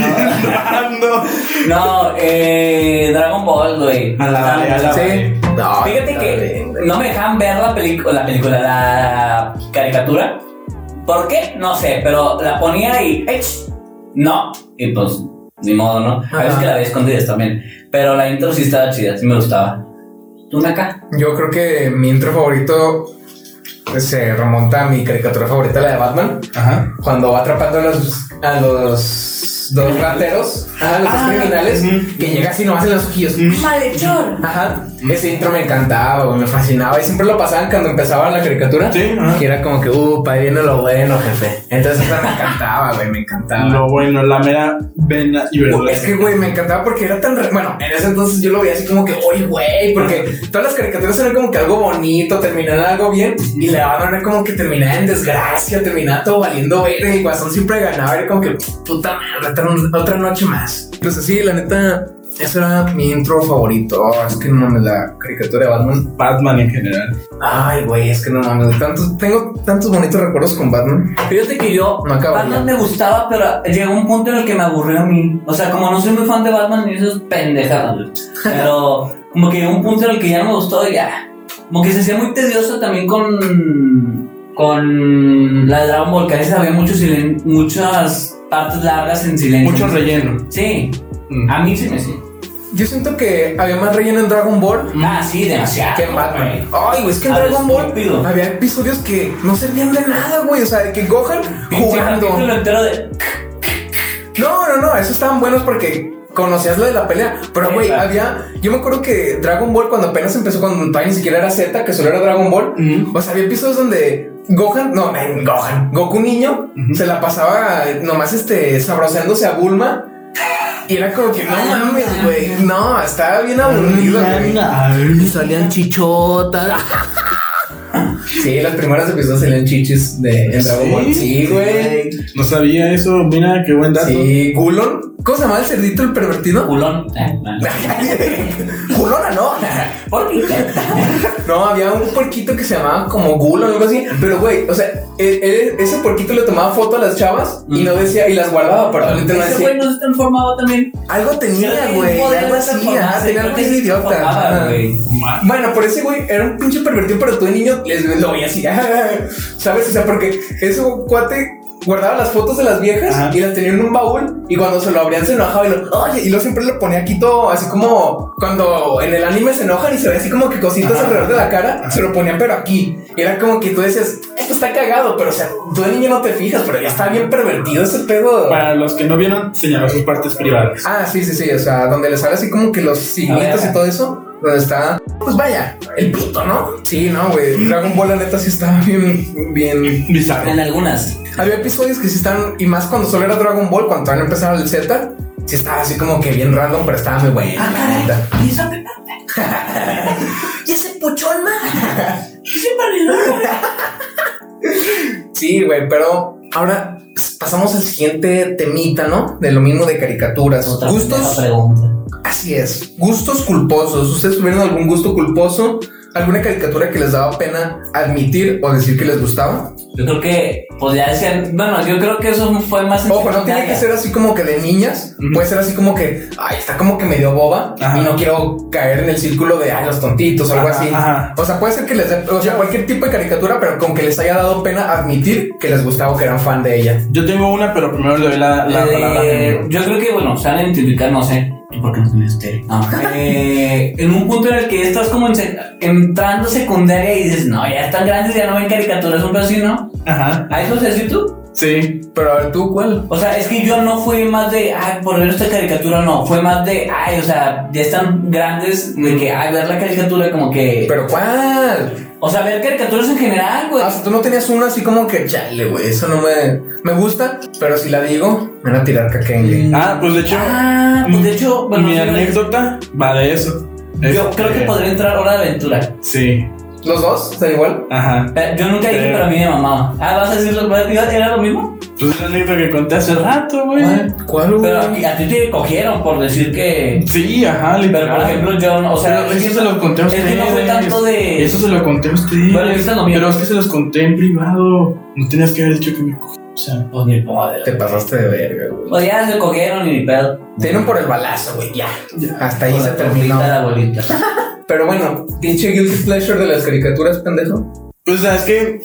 Ando. no, eh, Dragon Ball, güey. A la vale, a la Sí. vale. No, Fíjate que dale. no me dejaban ver la película, la película, la caricatura. ¿Por qué? No sé, pero la ponía y. ¡Ech! No. Y pues, ni modo, ¿no? A veces Ajá. que la veía escondidas también. Pero la intro sí estaba chida, sí me gustaba. ¿Tú, Naka? Yo creo que mi intro favorito pues, se remonta a mi caricatura favorita, la de Batman. Ajá. cuando va atrapando a los, a los dos rateros, a los Ah, dos criminales, ujú. que llega así nomás en los ojillos. Mm. ¡Malhechor! Ajá, ese intro me encantaba, güey, me fascinaba y siempre lo pasaban cuando empezaba la caricatura. Sí, ajá. Que era como que, uh, ahí viene lo bueno, jefe. Entonces esa me encantaba, güey, me encantaba. Lo bueno, la mera vena y verdad. Es que, güey, me encantaba porque era tan... re- Bueno, en ese entonces yo lo veía así como que, oye, güey, porque todas las caricaturas eran como que algo bonito, terminaban algo bien, y la banda era como que terminaba en desgracia, terminaba todo valiendo verga, y Guasón siempre ganaba, era como que, puta madre, otra, otra noche más. Entonces, Pues sí, la neta, ese era mi intro favorito. Oh, es que no mames, la caricatura de Batman. Batman en general. Ay, güey, es que no mames, tantos, tengo tantos bonitos recuerdos con Batman. Fíjate que yo, No acabo Batman ya. me gustaba, pero llegó un punto en el que me aburrió a mí. O sea, como no soy muy fan de Batman, ni esas pendejadas. güey. Pero como que llegó un punto en el que ya no me gustó y ya. Como que se hacía muy tedioso también con. Con la de Dragon Ball, que a veces había mucho silen- muchas partes largas en silencio. Mucho relleno. Sí, Mm. a mí sí me sí. Yo siento que había más relleno en Dragon Ball Ah, sí, demasiado. que en Batman. güey. Ay, güey, es que en A lo Dragon Ball estúpido. había episodios que no servían de nada, güey. O sea, de que Gohan Pinche capítulo jugando. entero de. No, no, no, esos estaban buenos porque conocías lo de la pelea. Pero, güey, Exacto. había. Yo me acuerdo que Dragon Ball, cuando apenas empezó, cuando todavía ni siquiera era Z, que solo era Dragon Ball. Mm. O sea, había episodios donde Gohan, no, eh, Gohan, Goku niño, Ujú. se la pasaba nomás este, sabroseándose a Bulma. Y era como que, no mames, güey. No, estaba bien aburrido, güey. Ay, salían chichotas. Sí, las primeras episodios salían chichis de en Dragon Ball. Sí, güey. No sabía eso. Mira, qué buen dato. Sí, culón. ¿Cómo se llama el cerdito el pervertido? Culón. Eh, no. Culona, no. ¿Por qué? No, había un puerquito que se llamaba como Gulon o algo así. Pero, güey, o sea, él- él- ese puerquito le tomaba foto a las chavas y no decía, y las guardaba, pero realmente no Ese güey decía. no se transformaba también. Algo tenía, güey. Algo así, ah, tenía algo bien idiota. Ajá. Ma- Bueno, por ese güey era un pinche pervertido, pero tú de niño les lo veías así, ¿sabes? O sea, porque ese cuate guardaba las fotos de las viejas Ajá. y las tenía en un baúl y cuando se lo abrían se enojaba y lo, oye, y lo siempre lo ponía aquí todo, así como cuando en el anime se enojan y se ve así como que cositas Ajá. alrededor de la cara, Ajá. se lo ponían pero aquí. Y era como que tú decías, esto está cagado, pero o sea, tú de niño no te fijas, pero ya está bien pervertido ese pedo. Para los que no vieron, señaló sus partes privadas. Ah, sí, sí, sí. O sea, donde le sale así como que los Ah, signitos y todo eso. Donde está. Pues vaya, el pito, ¿no? Sí, no, güey. Dragon Ball, la neta, sí estaba bien. bien. Bizarro. En algunas. Había episodios que sí están. Y más cuando solo era Dragon Ball, cuando todavía no empezaba el Z. Sí estaba así como que bien random, pero estaba muy bueno. Ah, la neta. Y esa pepa. Y ese puchón, Y ese paredón. Sí, güey, pero ahora pues, pasamos al siguiente temita, ¿no? De lo mismo de caricaturas. Otra Gustos. pendeja pregunta. Así es. Gustos culposos. ¿Ustedes tuvieron algún gusto culposo? ¿Alguna caricatura que les daba pena admitir o decir que les gustaba? Yo creo que, pues ya decían, bueno, yo creo que eso fue más en Ojo, no Oh, tiene que secundaria. ser así como que de niñas. Ujú. Puede ser así como que, ay, está como que medio boba Ajá. y no quiero caer en el círculo de, ay, los tontitos o algo Ajá, así. ajá. O sea, puede ser que les dé, o sea, cualquier tipo de caricatura, pero con que les haya dado pena admitir que les gustaba o que eran fan de ella. Yo tengo una, pero primero le doy la, la Eh, palabra a mi amigo. Yo creo que, bueno, saben identificar, no sé. ¿Y por qué no tenías tele? No. eh, en un punto en el que estás como en sec- entrando secundaria y dices, no, ya están grandes, ya no ven caricaturas, un pedo así, ¿no? Ajá. ¿A eso se hace tú? Sí. Pero a ver, ¿tú cuál? O sea, es que yo no fui más de, ay, por ver esta caricatura, no. Fue más de, ay, o sea, ya están grandes, de que, ay, ver la caricatura como que. ¿Pero cuál? O sea, ver caricaturas en general, güey. Ah, o sea, tú no tenías uno así como que, chale, güey, eso no me... Me gusta, pero si la digo, me van a tirar caquengue. Ah, pues de hecho, Mm, mm, Ah, pues de hecho, bueno, mi sí, anécdota va de eso. yo Este, creo que podría entrar Hora de Aventura. Sí. ¿Los dos? ¿Da igual? Ajá. Eh, Yo nunca dije, Creo. pero a mí me mamaba. Ah, vas a decir lo era lo mismo. Pues es la anécdota que conté hace rato, güey. ¿Cuál, güey? Pero a, ti- a ti te cogieron por decir que. Sí, ajá, Pero por literal. ejemplo, yo no. O sea, Ah. Pero es eso que- se lo conté a es ustedes. que no fue tanto de. Eso se lo conté a ustedes. Bueno, eso es lo mío. Pero es que se los conté en privado. No tenías que haber dicho que me cogí. O sea, Pues ni madre. Te pasaste de verga, güey. Pues ya se cogieron y ni pedo. Tienen por el balazo, güey, ya. Ya. Hasta ahí Por se la trompita terminó. de la abuelita. Pero bueno, pinche guilty pleasure de las caricaturas, pendejo. pues, o sea, es que.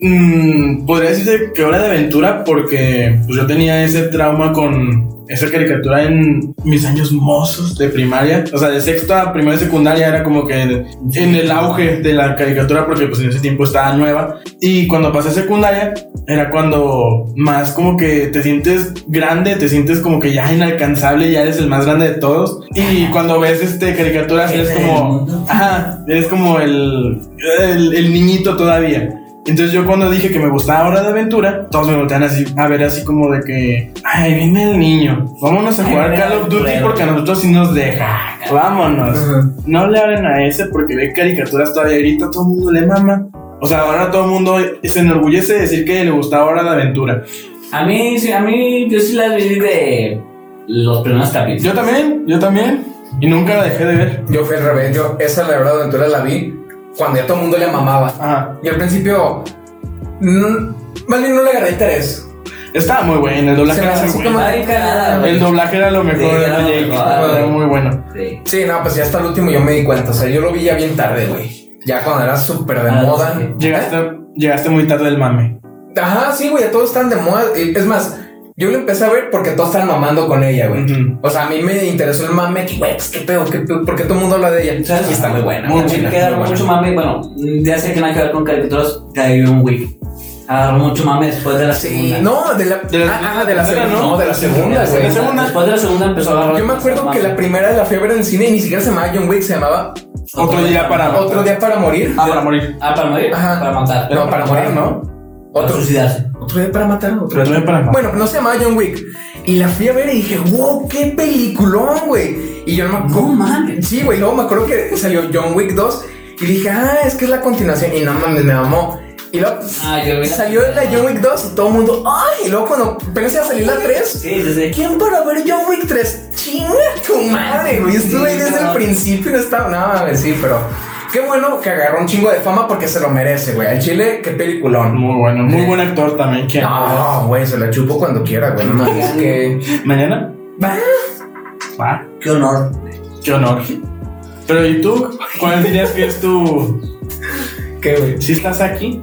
mm, podría decirse que hora de aventura porque pues, yo tenía ese trauma con esa caricatura en mis años mozos de primaria. O sea, de sexto a primero de secundaria era como que en, en el auge de la caricatura porque pues en ese tiempo estaba nueva. Y cuando pasé a secundaria era cuando más como que te sientes grande, te sientes como que ya inalcanzable, ya eres el más grande de todos. Y cuando ves este caricaturas eres Jefe del como... mundo. Ajá, eres como el, el, el niñito todavía. Entonces yo cuando dije que me gustaba Hora de Aventura, todos me voltean así a ver así como de que, ay, viene el niño, vámonos a Ay, jugar viene Call el of Duty culero". porque a nosotros sí nos deja. Vámonos. Ajá. No le hablen a ese porque ve caricaturas todavía ahorita todo el mundo le mama. O sea, ahora todo el mundo se enorgullece de decir que le gustaba Hora de Aventura. A mí, sí, a mí, yo sí las vi de los primeros capítulos. Yo también, yo también. Y nunca la dejé de ver. Yo fui al revés, yo esa la verdad aventura la vi cuando ya todo el mundo le mamaba. Ajá. Y al principio, mm, más bien no le agarré interés. Estaba muy buena, el doblaje Se me era hace muy como- bueno. Ay, cagada, güey. El doblaje era lo mejor Sí, de era lo Jake. mejor. Era muy bueno. Sí. Sí, no, pues ya hasta el último yo me di cuenta. O sea, yo lo vi ya bien tarde, güey. Ya cuando era súper de Ah, moda. sí. Llegaste, llegaste muy tarde del mame. Ajá, sí, güey, ya todos están de moda. Y Es más, yo lo empecé a ver porque todos estaban mamando con ella, güey. Ujú. O sea, a mí me interesó el mame, que güey, pues qué pedo, qué pedo, porque todo el mundo habla de ella. ¿Sabes? Y está muy buena. Mucho, muy chida, que agarró muy buena. mucho mame. Bueno, ya sé que nada que ver con caricaturas. De un week. Agarró mucho mame después de la Sí, segunda. no, de la, De la- ah, ah, de la de la- segunda, ¿no? no, de la segunda, De la güey. segunda. Después de la segunda empezó a agarrar. Yo me acuerdo que la primera de la fiebre del cine ni siquiera se llamaba John Wick, se llamaba Otro día para Otro día para morir. Ah, para morir. Ah, para morir. Ajá. Para matar. No, para ah, morir, ¿no? Para Otro, suicidarse. otro día para matar, otro Otro día. día para morir. Bueno, no se llamaba John Wick. Y la fui a ver y dije, wow, qué peliculón, güey. Y yo no me acuerdo. No mames. Sí, güey, luego me acuerdo que salió John Wick 2 y dije, ah, es que es la continuación. Y no mames, me mamó. Y luego Ah, yo vi la- salió la John Wick 2 y todo el mundo, ay, y luego cuando pensé a salir la 3. Sí, sí, sí. ¿Quién para ver John Wick 3? Chinga tu madre, güey. Estuve ahí desde el principio y no estaba. No, güey, sí, pero. Qué bueno que agarró un chingo de fama porque se lo merece, güey. Al chile, qué peliculón. Muy bueno, muy buen actor también. ¿Quién? No, güey, se la chupo cuando quiera, güey. No mames, que. ¿Mañana? Va. Qué honor. Qué honor. Pero ¿y tú? ¿Cuál dirías que es tu... ¿Qué, güey? Si estás aquí?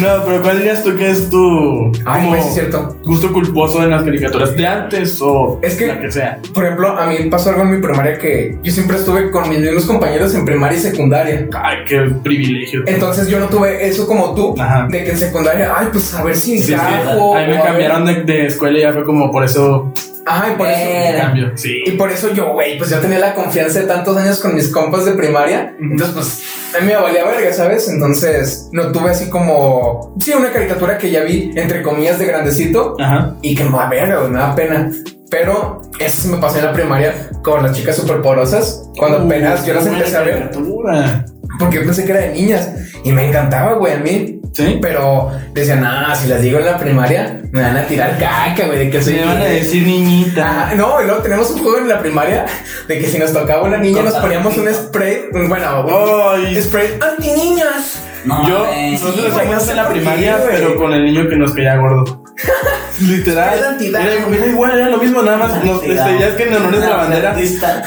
no, pero ¿cuál dirías tú que es tu... Ay, como güey, sí es cierto. gusto culposo en las caricaturas de antes o Es que- la que sea? Por ejemplo, a mí pasó algo en mi primaria que yo siempre estuve con mis mismos compañeros en primaria y secundaria. Ay, qué privilegio. Entonces yo no tuve eso como tú, Ajá. de que en secundaria, ay, pues a ver si Sí, sí. encajo. Ahí o me a ver- cambiaron de, de escuela y ya fue como por eso Ay, por eso. Eh, Era. cambio. Sí. Y por eso yo, güey, pues yo tenía la confianza de tantos años con mis compas de primaria. Ujú. Entonces, pues a mí me valía verga, ¿sabes? Entonces, no tuve así como. Sí, una caricatura que ya vi, entre comillas, de grandecito Ajá. y que me va a verga, güey, me da pena. Pero eso sí me pasó en la primaria con las chicas superpoderosas. Cuando apenas yo las Muy Uh, buena empecé a ver, caricatura. porque yo pensé que era de niñas y me encantaba, güey, a mí. Sí. Pero decían, ah, si las digo en la primaria, me van a tirar caca, güey, de que soy. Se van a gay". decir niñita. Ajá, no, y luego tenemos un juego en la primaria de que si nos tocaba una niña nos Cortar poníamos un pito. spray, un- bueno, un Ay, spray anti niñas. No, Yo, mames. nosotros güey, no hacíamos sé en la por qué, primaria, güey. pero con el niño que nos caía gordo. Literal. Era anti-dad. Era, era igual, era lo mismo, nada más. Nos, este, ya es que en honores de la bandera, Artista.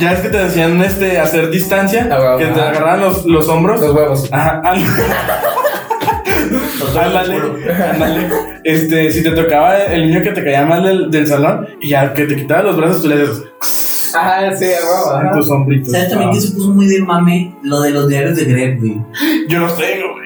ya es que te hacían este, hacer distancia, Ah, bueno, que te ajá. agarraban los, los hombros. Los huevos. Ajá. ah, nosotros. Ándale, puro. ándale. Este, si te tocaba el niño que te caía mal del, del salón y ya que te quitaba los brazos, tú le dices Ah, sí, a en huevo. tus Ah. sombritos. ¿Sabes también que se puso muy de mame? Lo de los diarios de Greg, güey. Yo los tengo, güey.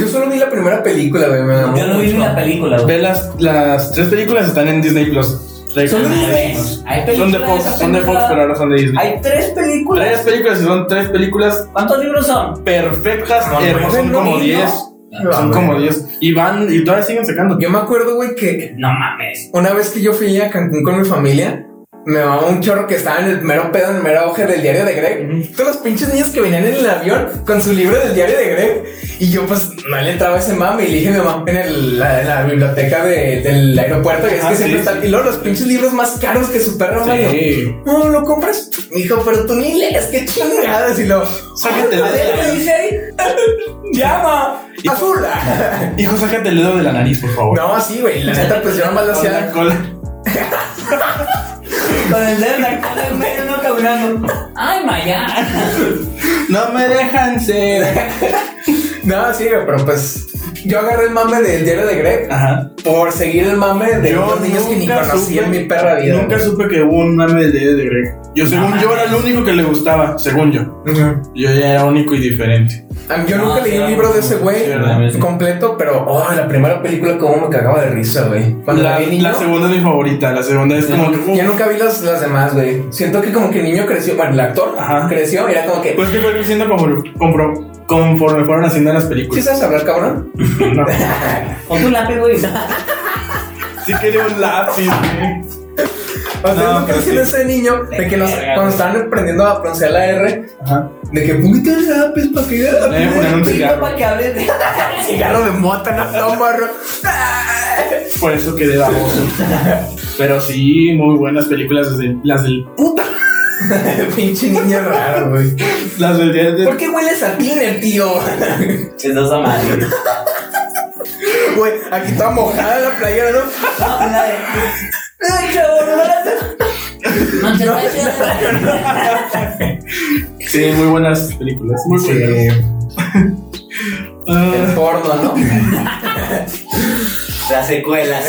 Yo solo vi la primera película, güey. Me enamoré Yo no vi mucho. ni la película, güey. Ve las, las tres películas están en Disney Plus. Son de Disney. Hay Son de películas Fox, esa son de Fox, película. pero ahora son de Disney. Hay tres películas. Tres películas y son tres películas ¿Cuántos libros son? perfectas, No, hermosas, güey, son no, como no. 10. No, Son güey. como 10. Y van, y todavía siguen sacando. Yo me acuerdo, güey, que No mames. una vez que yo fui a Cancún con mi familia, me mamó un chorro que estaba en el mero pedo, en el mero hoja del diario de Greg. Todos los pinches niños que venían en el avión con su libro del diario de Greg. Y yo, pues, no le entraba ese mame. Y le dije a mi mamá en el- la, la biblioteca de- del aeropuerto. Y es Ah, que sí, siempre sí. está. Y luego los pinches libros más caros que su perro, Mario. Sí. No, lo compras. Hijo, pero tú ni lees, qué chingadas. Y lo. Sáquete el A ver, ¿qué dice ahí? Llama. Y- Azul. Hijo, sácate el dedo de la nariz, por favor. No, sí, güey. La neta, pues yo nomás lo Con hacía. la cola. Con el dedo en la cola en medio, no caminando. Ay, Maya. No me dejan ser. No, sí, güey, pero pues yo agarré el mame del diario de Greg Ajá. por seguir el mame de los niños que ni conocí en mi perra vida. Nunca supe que hubo un mame del dedo de Greg. Yo, según mames. yo, era el único que le gustaba. Según yo. Ujú. Yo ya era único y diferente. A mí- Yo No, nunca Ah, sí, leí no, un libro de ese güey sí, verdad, sí. completo, pero oh, la primera película como me cagaba de risa, güey. Cuando la, La, vi niño, la segunda es mi favorita. La segunda es como que. uh, yo nunca vi las, las demás, güey. Siento que como que el niño creció, bueno, el actor Ajá. creció, era como que, Pues que fue creciendo conforme, compro- conforme fueron haciendo las ¿sí películas. sabes hablar, cabrón? No. Con tu lápiz, güey. Sí quería un lápiz, güey. O sea, No, no, pero creció sí. ese niño de que nos, Verga, cuando güey. estaban aprendiendo a pronunciar la R, Ajá. de que puta lápiz para que Le voy a poner un cigarro. Para que hables de. cigarro de mota, no, no, morro. Por eso quedé baboso. Pero sí, muy buenas películas. desde- las del. Pinche niño raro, güey. Las del día de. ¿Por qué hueles a tiner, tío? Dos amarillos. Güey, aquí toda mojada la playera, ¿no? No, una de. Ay, cabrón, no la haces. No te vayas. Sí, muy buenas películas. Muy buenas. El Ah, porno, ¿no? Las secuelas.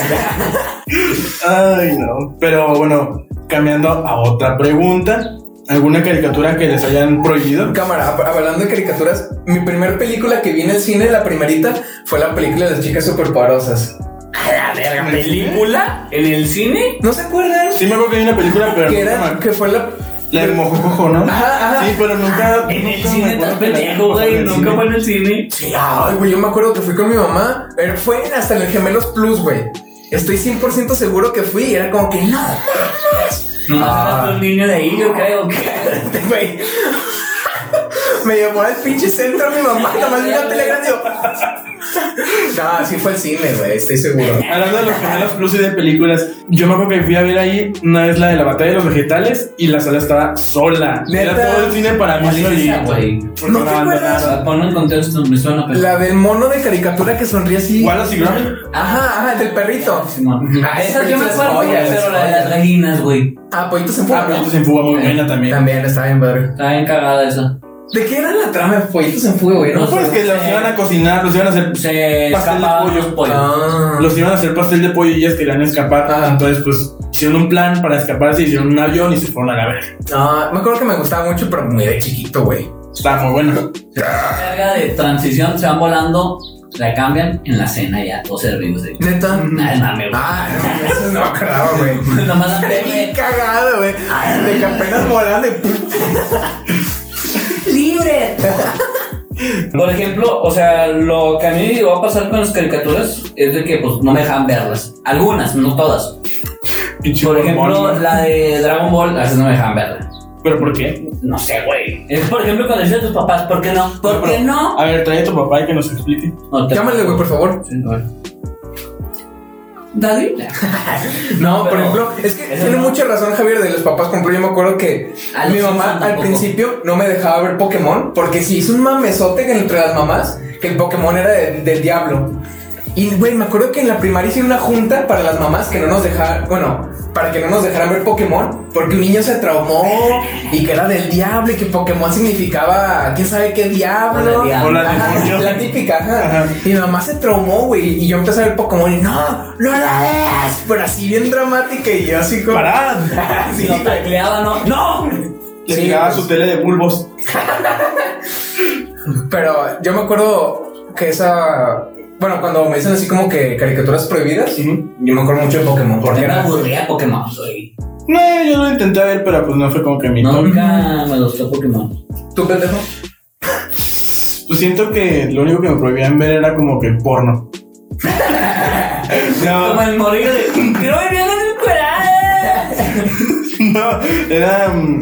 Ah, ay, no. Pero bueno, cambiando a otra pregunta. ¿Alguna caricatura que les hayan prohibido? Cámara, hab- hablando de caricaturas, mi primer película que vi en el cine, la primerita, fue la película de las chicas superpoderosas. A la verga, película en el cine. ¿No se acuerdan? Sí, me acuerdo que hay una película, pero. nunca Que me era, acuerdo. que fue la... La de Mojojojo, ¿no? Ajá, ajá. Sí, pero nunca. En el nunca me cine acuerdo tan que la pendejo, hayan güey. pasado en el Nunca fue cine. en el cine. Sí, ay, güey, yo me acuerdo que fui con mi mamá. Pero fue hasta en el Gemelos Plus, güey. Estoy 100% seguro que fui y era como que no. Nomás Ah. era un niño de ahí, yo creo que. Güey. Me llevó al pinche centro mi mamá, nomás vi la tele grande y yo, No, sí fue el cine, güey, estoy seguro. Hablando de los gemelos plus y de películas, yo me acuerdo que fui a ver ahí una vez la de la batalla de los vegetales y la sala estaba sola. ¿Neta? Era todo el cine para mí ¿Cuál es esa, solito. güey? Porque ¿No te me acuerdas? abandonaron. Ponlo en contexto, me suena pero. La del mono de caricatura que sonríe así. Wallace y Gromit. Ajá, ajá, el del perrito. Simón. Ah, Esa yo me esas acuerdo, güey, joyas, pero la de las joyas. gallinas, güey. Ah, pollitos en Ah, fuga. Pollitos en Fuga, muy buena también. También está bien, padre. Está bien cagada esa. ¿De qué era la trama de pollitos en fuga, güey? No, No, pues que los iban a cocinar, los iban a hacer. Se Pastel de escapaban pollo. los pollos. Ah. Los iban a hacer pastel de pollo y ellas querían escapar. Ah. Entonces, pues hicieron un plan para escaparse, hicieron un avión y se fueron a la verga. Ah, me acuerdo que me gustaba mucho, pero muy de chiquito, güey. Estaba muy bueno. Carga de transición, se van volando, la cambian en la cena ya, todos servidos. de- Neta. Nah, es mame, Ah, güey. Ah, no, eso no me acordaba, güey. Nomás la Bien prende. cagado, güey. Ah. De que apenas volando y ¡pum! ¡Libre! Por ejemplo, o sea, lo que a mí me llegó a pasar con las caricaturas es de que pues no me dejaban verlas. Algunas, no todas. Pinche Por ejemplo, bombón, ¿no? la de Dragon Ball, a veces no me dejaban verla. ¿Pero por qué? No sé, güey. Es por ejemplo cuando decían a tus papás, ¿por qué no? ¿Por qué no? A ver, trae a tu papá y que nos explique. no te- Llámale, güey, por favor. Sí, no. Daddy. No, por Pero- ejemplo, es que Eso tiene no. mucha razón Javier de los papás. Por ejemplo, yo me acuerdo que A los mi mamá Simpson al tampoco. principio no me dejaba ver Pokémon porque si hizo un mamesote entre las mamás que el Pokémon era de- del diablo. Y, güey, me acuerdo que en la primaria hice una junta para las mamás que no nos dejaran, bueno, para que no nos dejaran ver Pokémon, porque un niño se traumó y que era del diablo y que Pokémon significaba quién sabe qué diablo. Hola, diablo. Hola, Ajá, ah, demonio. la típica, ajá. Ajá. Mi mamá se traumó, güey, y yo empecé a ver Pokémon y no, no la veas, pero así bien dramática y yo así como. ¡Parad! Sí, Lo tacleaba, no. ¡No! Le Sí, llegaba pues. su tele de bulbos. Pero yo me acuerdo que esa. Bueno, cuando me dicen así como que caricaturas prohibidas, Ujú. yo me acuerdo mucho de Pokémon. Porque Porque me era. aburría Pokémon, soy. No, yo lo intenté ver, pero pues no fue como que mi top. Nunca me gustó Pokémon. ¿Tú, pendejo? Pues siento que lo único que me prohibían ver era como que porno. Como Ah. no, el morir de. ¡Quiero ver bien en el corazón! no, era. mm,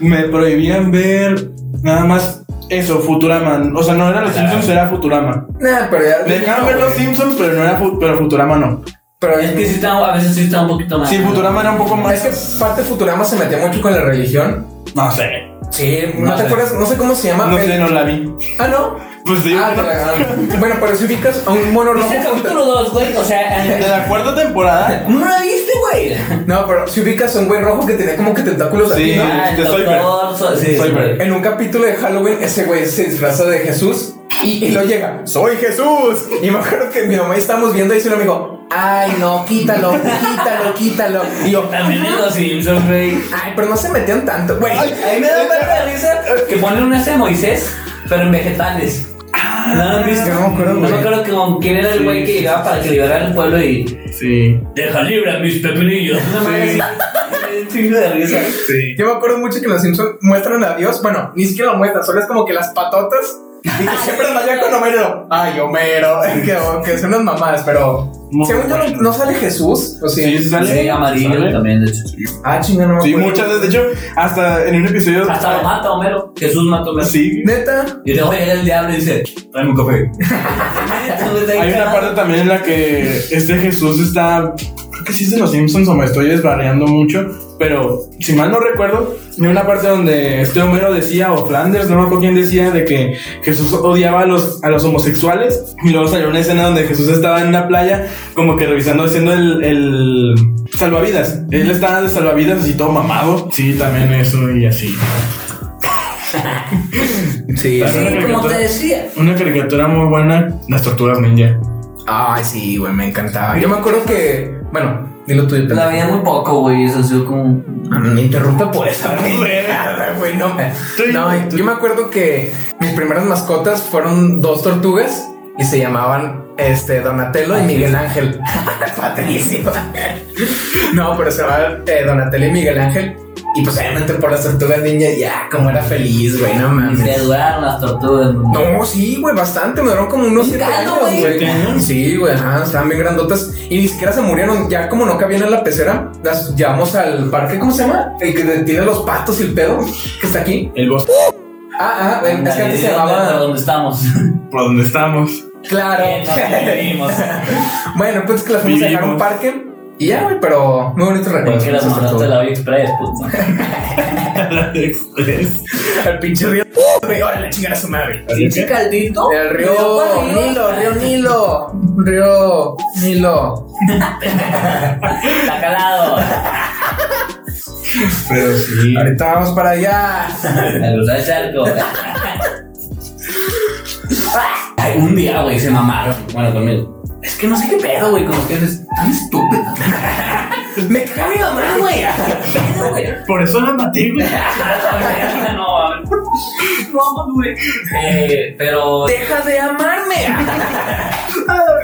me prohibían ver nada más eso, Futurama. O sea, no era Los Simpsons, era Futurama. Nah, pero ya. Me dejaban ver Los Simpsons, pero no era Fu- pero Futurama no. Pero Es que sí estaba, a veces sí estaba un poquito más. Sí, Futurama era un poco más. Ah. Es que parte de Futurama se metía mucho con la religión. No sé. Sí, no, No te sé. acuerdas, no sé cómo se llama. No el- sé, no la vi. Ah, no. Pues sí, Ah, no. te la ganaron. bueno, pero si ubicas a un mono rojo. Viste el junto- capítulo 2, güey. O de sea, la cuarta temporada. ¿cómo no la viste, güey? No, pero si ubicas a un güey rojo que tenía como que tentáculos Sí. aquí, ¿no? Ah, el de Soyber. doctor, so- sí, Soyber. Soyber. En un capítulo de Halloween, ese güey se disfraza de Jesús y, y lo llega. ¡Soy Jesús! Y me acuerdo que mi mamá y estábamos viendo y se lo me dijo, ¡ay, no, quítalo, quítalo, quítalo! Y yo, También en los Simpsons, güey. ¡ay, pero no se metían tanto, güey! Ay, A mí me da más risa que ponen una de Moisés, pero en vegetales. Ah, No lo han visto. yo no me acuerdo, No güey. me acuerdo que con quién era el Sí, güey que sí, llegaba para que liberara el pueblo y. Sí. Deja libre a mis pepinillos. Una madre así. Un chingo de risa. Sí. Yo me acuerdo mucho que en los Simpsons muestran a Dios, bueno, ni siquiera lo muestran, solo es como que las patotas. Y que siempre andaba con Homero. Ay, Homero. Que, oh, que son unas mamadas, pero. Muy Según yo, no, bueno. no sale Jesús. ¿O sí? Sí, sale. Sí, amarillo Sale. también, de hecho. Ah, chinga, no me Sí, acuerdo. muchas veces. De hecho, hasta en un episodio. Hasta lo mata Homero. Jesús mata a Homero. Sí. Neta. Y luego llega el diablo y dice: Tráeme un café. Hay una parte también en la que este Jesús está. Creo que sí es de los Simpsons o me estoy desbarreando mucho. Pero si mal no recuerdo, hay una parte donde este Homero decía, o Flanders, no me acuerdo quién decía, de que Jesús odiaba a los, a los homosexuales. Y luego salió una escena donde Jesús estaba en una playa, como que revisando, haciendo el. el salvavidas. Él estaba de salvavidas así todo mamado. Sí, también eso y así. Sí. También Sí, una como te caricatura- decía. Una caricatura muy buena, Las Tortugas Ninja. Ay, sí, güey, me encantaba. Yo me acuerdo que. Bueno, dilo tú. La veía muy poco, güey. Eso ha sido como. Me interrumpe por esa mamada, güey. No, me- Tú- no, yo me acuerdo que mis primeras mascotas fueron dos tortugas y se llamaban este Donatello y Miguel Ángel. Patricio. no, pero se llamaban eh, Donatello y Miguel Ángel. Y pues obviamente por las tortugas niña, ya, como era feliz, güey, no Y mames. se duraron las tortugas. No, sí, güey, bastante. Me duraron como unos Un siete gato, años, güey. ¿Siete güey. años? Sí, güey, ajá, estaban bien grandotas. Y ni siquiera se murieron. Ya como no cabían en la pecera, las llevamos al parque, ¿cómo se llama? El que tiene los patos y el pedo, que está aquí. El bosque Ah, ah, es que antes se llamaba. ¿Dónde estamos? por donde estamos. Claro. bueno, pues que las fuimos a dejar a un Vivimos. parque. Y ya, güey, pero muy bonito recuerdo. Porque las mandaste a la Vía Express, puto. Express. Al pinche río. ¡Uh! Güey, órale, chingar a su madre. Pinche caldito. El río Nilo, río Nilo. Río Nilo. Está calado. Pero sí. Ahorita vamos para allá. La cruzada del charco. Ay, un día, güey, se mamaron. Bueno, conmigo. Es que no sé qué pedo, güey, con ustedes. Tan estúpido. Me cago mi mamá, güey. ¿Qué pedo, güey? Por eso la maté, güey. No, a ver. No, güey. Eh, pero. Deja de amarme.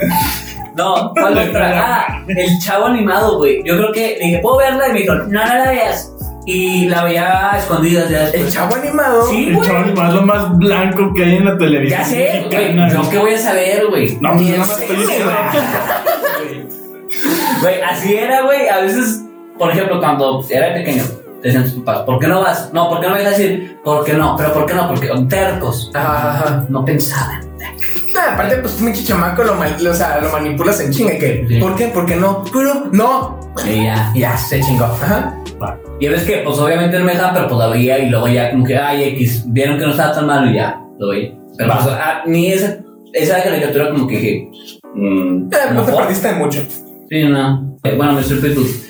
No, ¿cuál otra? Ah, el chavo animado, güey. Yo creo que le dije, ¿puedo verla? Y me dijo, no, no la veas. Y la veía a escondidas ya El después. chavo animado. Sí, El güey. chaval animal es lo más blanco que hay en la televisión. Ya sé, güey. mexicana. Yo qué voy a saber, güey. No, pues Ni nada en más estoy serio, diciendo. Güey, así era, güey. A veces, por ejemplo, cuando era pequeño, decían sus papás, ¿por qué no vas? No, ¿por qué no vas a decir? ¿Por qué no? Pero ¿por qué no? Porque son tercos. Ajá, ajá. No pensaban. Nah, aparte, pues tú, mucho chamaco, lo, mal- o sea, lo manipulas en chinga. que Sí. ¿Por qué? ¿Por qué no? Pero no. Y ya. Ya, se chingó. Ajá. Y ves que, pues obviamente no me dejaban, pero pues la veía y luego ya como que, ay, X, vieron que no estaba tan malo y ya, lo veía. Pero, pues, ah, ni esa, esa caricatura como que dije. mm, Eh, no te mejor. perdiste de mucho. Sí, no. Eh, bueno, Mr. Pickles.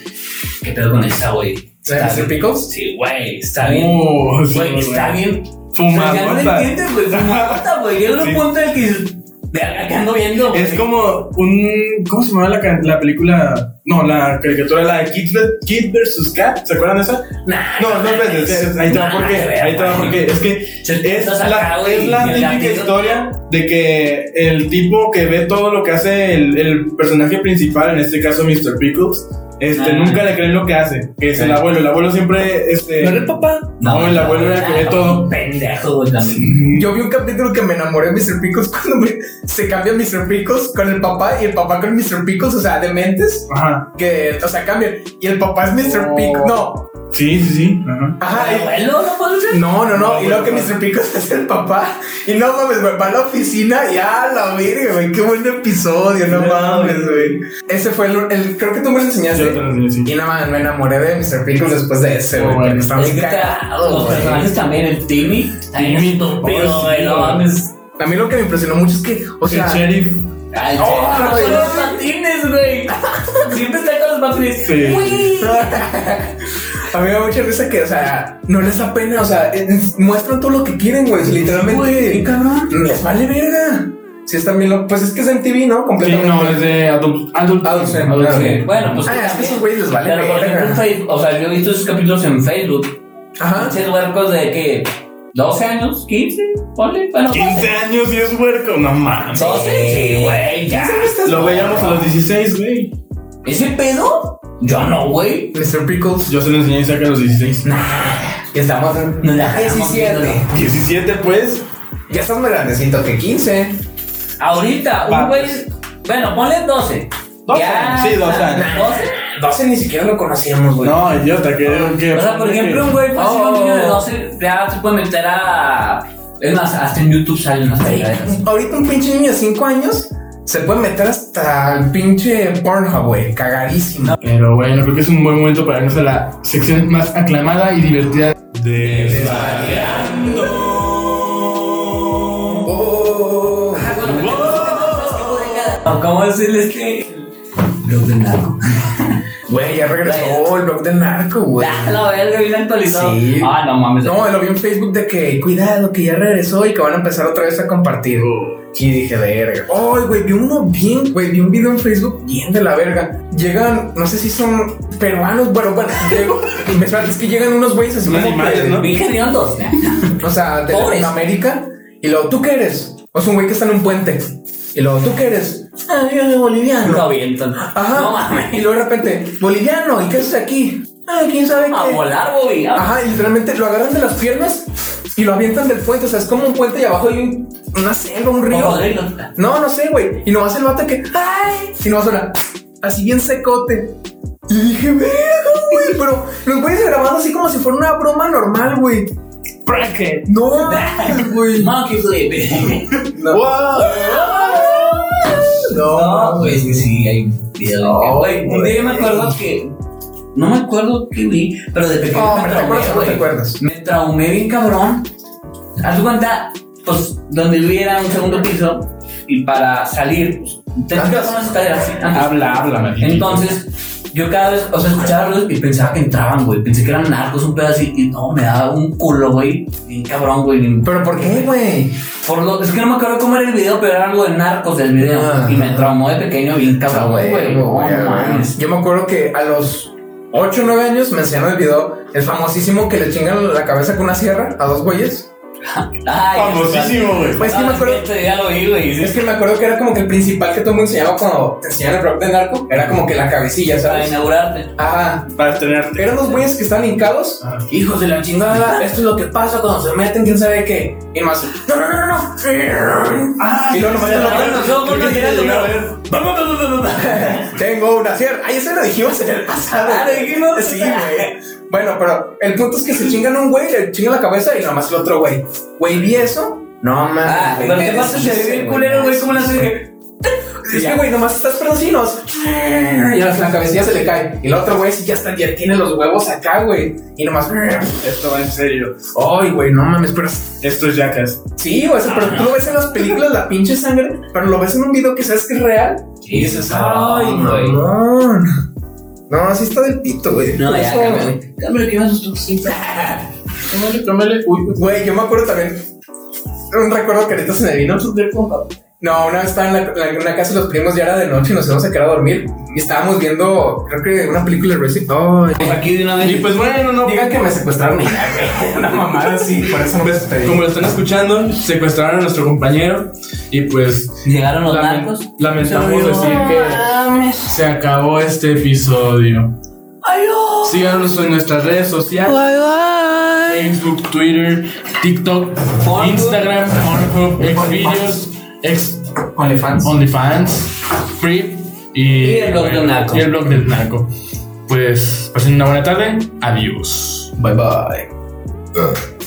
¿Qué pedo con esa, güey? Está ¿Mr. bien. Pickles? Sí, güey, está bien. Uh, sí, Güey, está güey. bien. O sea, ya no Fumadota. entiendes, güey. Fumadota, güey. Llega Sí. un punto en el que dices, "Verga, ¿qué ando viendo? Es como un. ¿Cómo se llamaba la, can- la película? No, la caricatura, la de Kid, ve- Kid vs. Cat. ¿Se acuerdan de esa? Nah, No, no, veces. Ahí te va nah, porque. que ver, Ahí te va güey. porque. Es que Se- Es estás la, acá, güey, es la y el típica gatito- historia de que el tipo que ve todo lo que hace el, el personaje principal, en este caso Mr. Pickles, este, Ah. nunca le creen lo que hace, que es el Sí. abuelo. El abuelo siempre, este... ¿No era el papá? No, el abuelo era el que ve no, todo. Pendejo, güey, también. Yo vi un capítulo que me enamoré de Mr. Pickles cuando me- se cambia Mr. Pickles con el papá y el papá con Mr. Pickles, o sea, dementes, Ajá. que, o sea, cambian. Y el papá es Mr. Oh. Pickles, no. Sí, sí, sí. Ajá. Ajá, y- abuelo, no puede ser. No, no, no. No, y luego que güey, Mr. Pickles es el papá. Y no mames, güey. Va a la oficina y a la verga, güey. Qué buen episodio, no No, mames, güey. güey. Ese fue el, el- Creo que tú me lo Yo te enseñaste. lo enseñé, sí. Y nada más, me enamoré de Mr. Pickles después de ese, Oh, güey. bueno. porque Está muy Es que cagado, los güey. personajes también, el Timmy. También es estúpido, oh, güey, sí, no güey. mames. A mí lo que me impresionó mucho es que, o sea, el sheriff. Ay, Oh, sí, no, güey. con los patines, güey. Siempre está con los patines. Sí. Uy. a mí me da mucha risa que, o sea, no les da pena, o sea, es- muestran todo lo que quieren, güey. Güey, Literalmente, cabrón. les vale verga. Si es también lo, pues es que es MTV, ¿no? Sí, Completamente. no, es de Adult... Adult, Adult Swim, Adult ah, Swim. ok. Bueno, pues. Ah, que es que también. esos güeyes les vale Pero por ejemplo, en verga. Facebook, o sea, yo he visto esos capítulos en Facebook. Ajá. Pinches huercos de que 12 años, 15, ponle, bueno, 15 años y es huerco. No mames. 12, sí, güey, ya. Lo veíamos a los 16, güey. ¿Ese pedo? Yo no, güey. Mr. Pickles. Yo se lo enseñé Isaac a los 16. Ya estamos en Nos la cagamos 17. viéndolo. 17, pues. Ya estás más grandecito que 15. Ahorita, Va. un güey. Bueno, ponle 12. 12, sí, 12 años. 12. 12 ni siquiera lo conocíamos, güey. No, idiota, que... que- O sea, por ejemplo, un güey, pues, si un Oh. niño de 12, ya se puede meter a. Es más, hasta en YouTube salen las Güey, cagaderas. Ahorita un pinche niño de 5 años se puede meter hasta el pinche Pornhub, güey. Cagadísimo. Pero bueno, creo que es un buen momento para irnos a la sección más aclamada y divertida de... Oh. Ah, bueno, me tengo que hacer cosas que pueden cada- ¿O Oh. ¿Cómo decirle este? Blog del narco. Güey, ya regresó el blog del narco, güey. Ah, la verga, bien actualizado. Sí. Ah, no mames. No, lo vi en Facebook de que cuidado, que ya regresó y que van a empezar otra vez a compartir. Y dije, verga. Ay, güey, vi uno bien, güey, vi un video en Facebook bien de la verga. Llegan, no sé si son peruanos, bueno, bueno, llego, y me espera, es que llegan unos güeyes así Unos como animales, que- ¿no? Vi geriondos. O sea, de Pobres. Latinoamérica. Y luego, ¿tú qué eres? O sea, un güey que está en un puente. Y luego, ¿tú qué eres? Ah, yo soy boliviano. No avientan. Ajá. No mames. Y luego de repente, boliviano, ¿y qué haces aquí? Ah, quién sabe qué. A volar, güey. A- Ajá, y literalmente lo agarran de las piernas y lo avientan del puente. O sea, es como un puente y abajo hay un- una selva, un río. Cocodrilo. No, no sé, güey. Y nomás el vato que, ¡ay! Y nomás suena así bien secote. Y dije, verga, güey. Pero los güeyes grabando así como si fuera una broma normal, güey. No, güey. Monkey flip. No, No, no, pues que sí, hay un video. de que- No, Güey, un día güey. me acuerdo que. No me acuerdo qué vi, pero de pequeño. No, Oh, ¿me te traumé, acuerdas o no te güey. acuerdas? Me traumé bien cabrón. Haz tu cuenta, pues donde vivía era un segundo piso y para salir, pues, te Antes. chicas unas escaleras. sí, antes. Habla, habla, Ah, Martín. Entonces, yo cada vez, o sea, escuchaba ruidos y pensaba que entraban, güey. Pensé que eran narcos, un pedazo así, y no, me daba un culo, güey. Bien cabrón, güey. bien- Pero ¿por qué, güey? Por lo, es que no me acuerdo cómo era el video, pero era algo de narcos del video. Ah. y me traumó de pequeño, bien Ah, cabrón, güey, güey. güey, No güey. mames. Yo me acuerdo que a los 8 o 9 años me enseñaron el video, el famosísimo que le chingan la cabeza con una sierra a dos güeyes. Ay, Famosísimo, güey. Pues que Ah, me acuerdo. este ya lo vi, güey. Es que me acuerdo que era como que el principal que todo el mundo enseñaba cuando te enseñaban el rock de narco, era como que la cabecilla, Para ¿sabes? inaugurarte. Ajá. Para tenerte. Eran los güeyes que estaban hincados. Ah. Hijos de la chingada, esto es lo que pasa cuando se meten, quién sabe qué. Y más, no, no, no, no. Ah, Y luego nomás te lo abren los ojos, no llegan a la vez. Tengo una sierra. Ay, eso lo dijimos en el pasado. Ah, lo dijimos. Sí, güey. Bueno, pero el punto es que se chingan a un güey, le chingan la cabeza y nada más el otro güey. Güey, vi eso. No mames. Ah, güey, pero me qué pasa si deshice, se ve bien culero, güey, como la serie. Es que, güey, nomás estás pero sí, nos- Y a la la cabecilla se le cae. Y el otro güey sí ya está, ya tiene los huevos acá, güey. Y nomás. Esto va en serio. Ay, güey, no mames, pero Esto es Jackass. Sí, güey, o sea, Ah, pero tú lo ves en las películas, la pinche sangre, pero lo ves en un video que sabes que es real. Y dices, ay, güey. mamón. No, así está del pito, güey. No, Por ya, Pues eso- cámbiale. Cámbiale, que me asustó. Sí. Tómale, tómale. Uy, güey, yo me acuerdo también. Un recuerdo que ahorita se me vino. No, una vez estaba en la, la- en la casa de los primos, ya era de noche y nos íbamos a quedar a dormir. Y estábamos viendo, creo que una película de Resident Evil. Aquí de una vez. Y pues bueno, no. Digan que me secuestraron y ya, güey. Una mamada así, por eso no Pues, me despedí. Como lo están escuchando, secuestraron a nuestro compañero y pues Llegaron los lamen- narcos. lamentamos decir que mames. se acabó este episodio. Ay, no. Síganos en nuestras redes sociales, Facebook, Twitter, TikTok, Pornhub. Instagram, Pornhub, Xvideos, X OnlyFans. OnlyFans, Free y, Y el blog del narco. y el blog del narco. Pues pasen una buena tarde. Adiós. Bye bye. Ugh.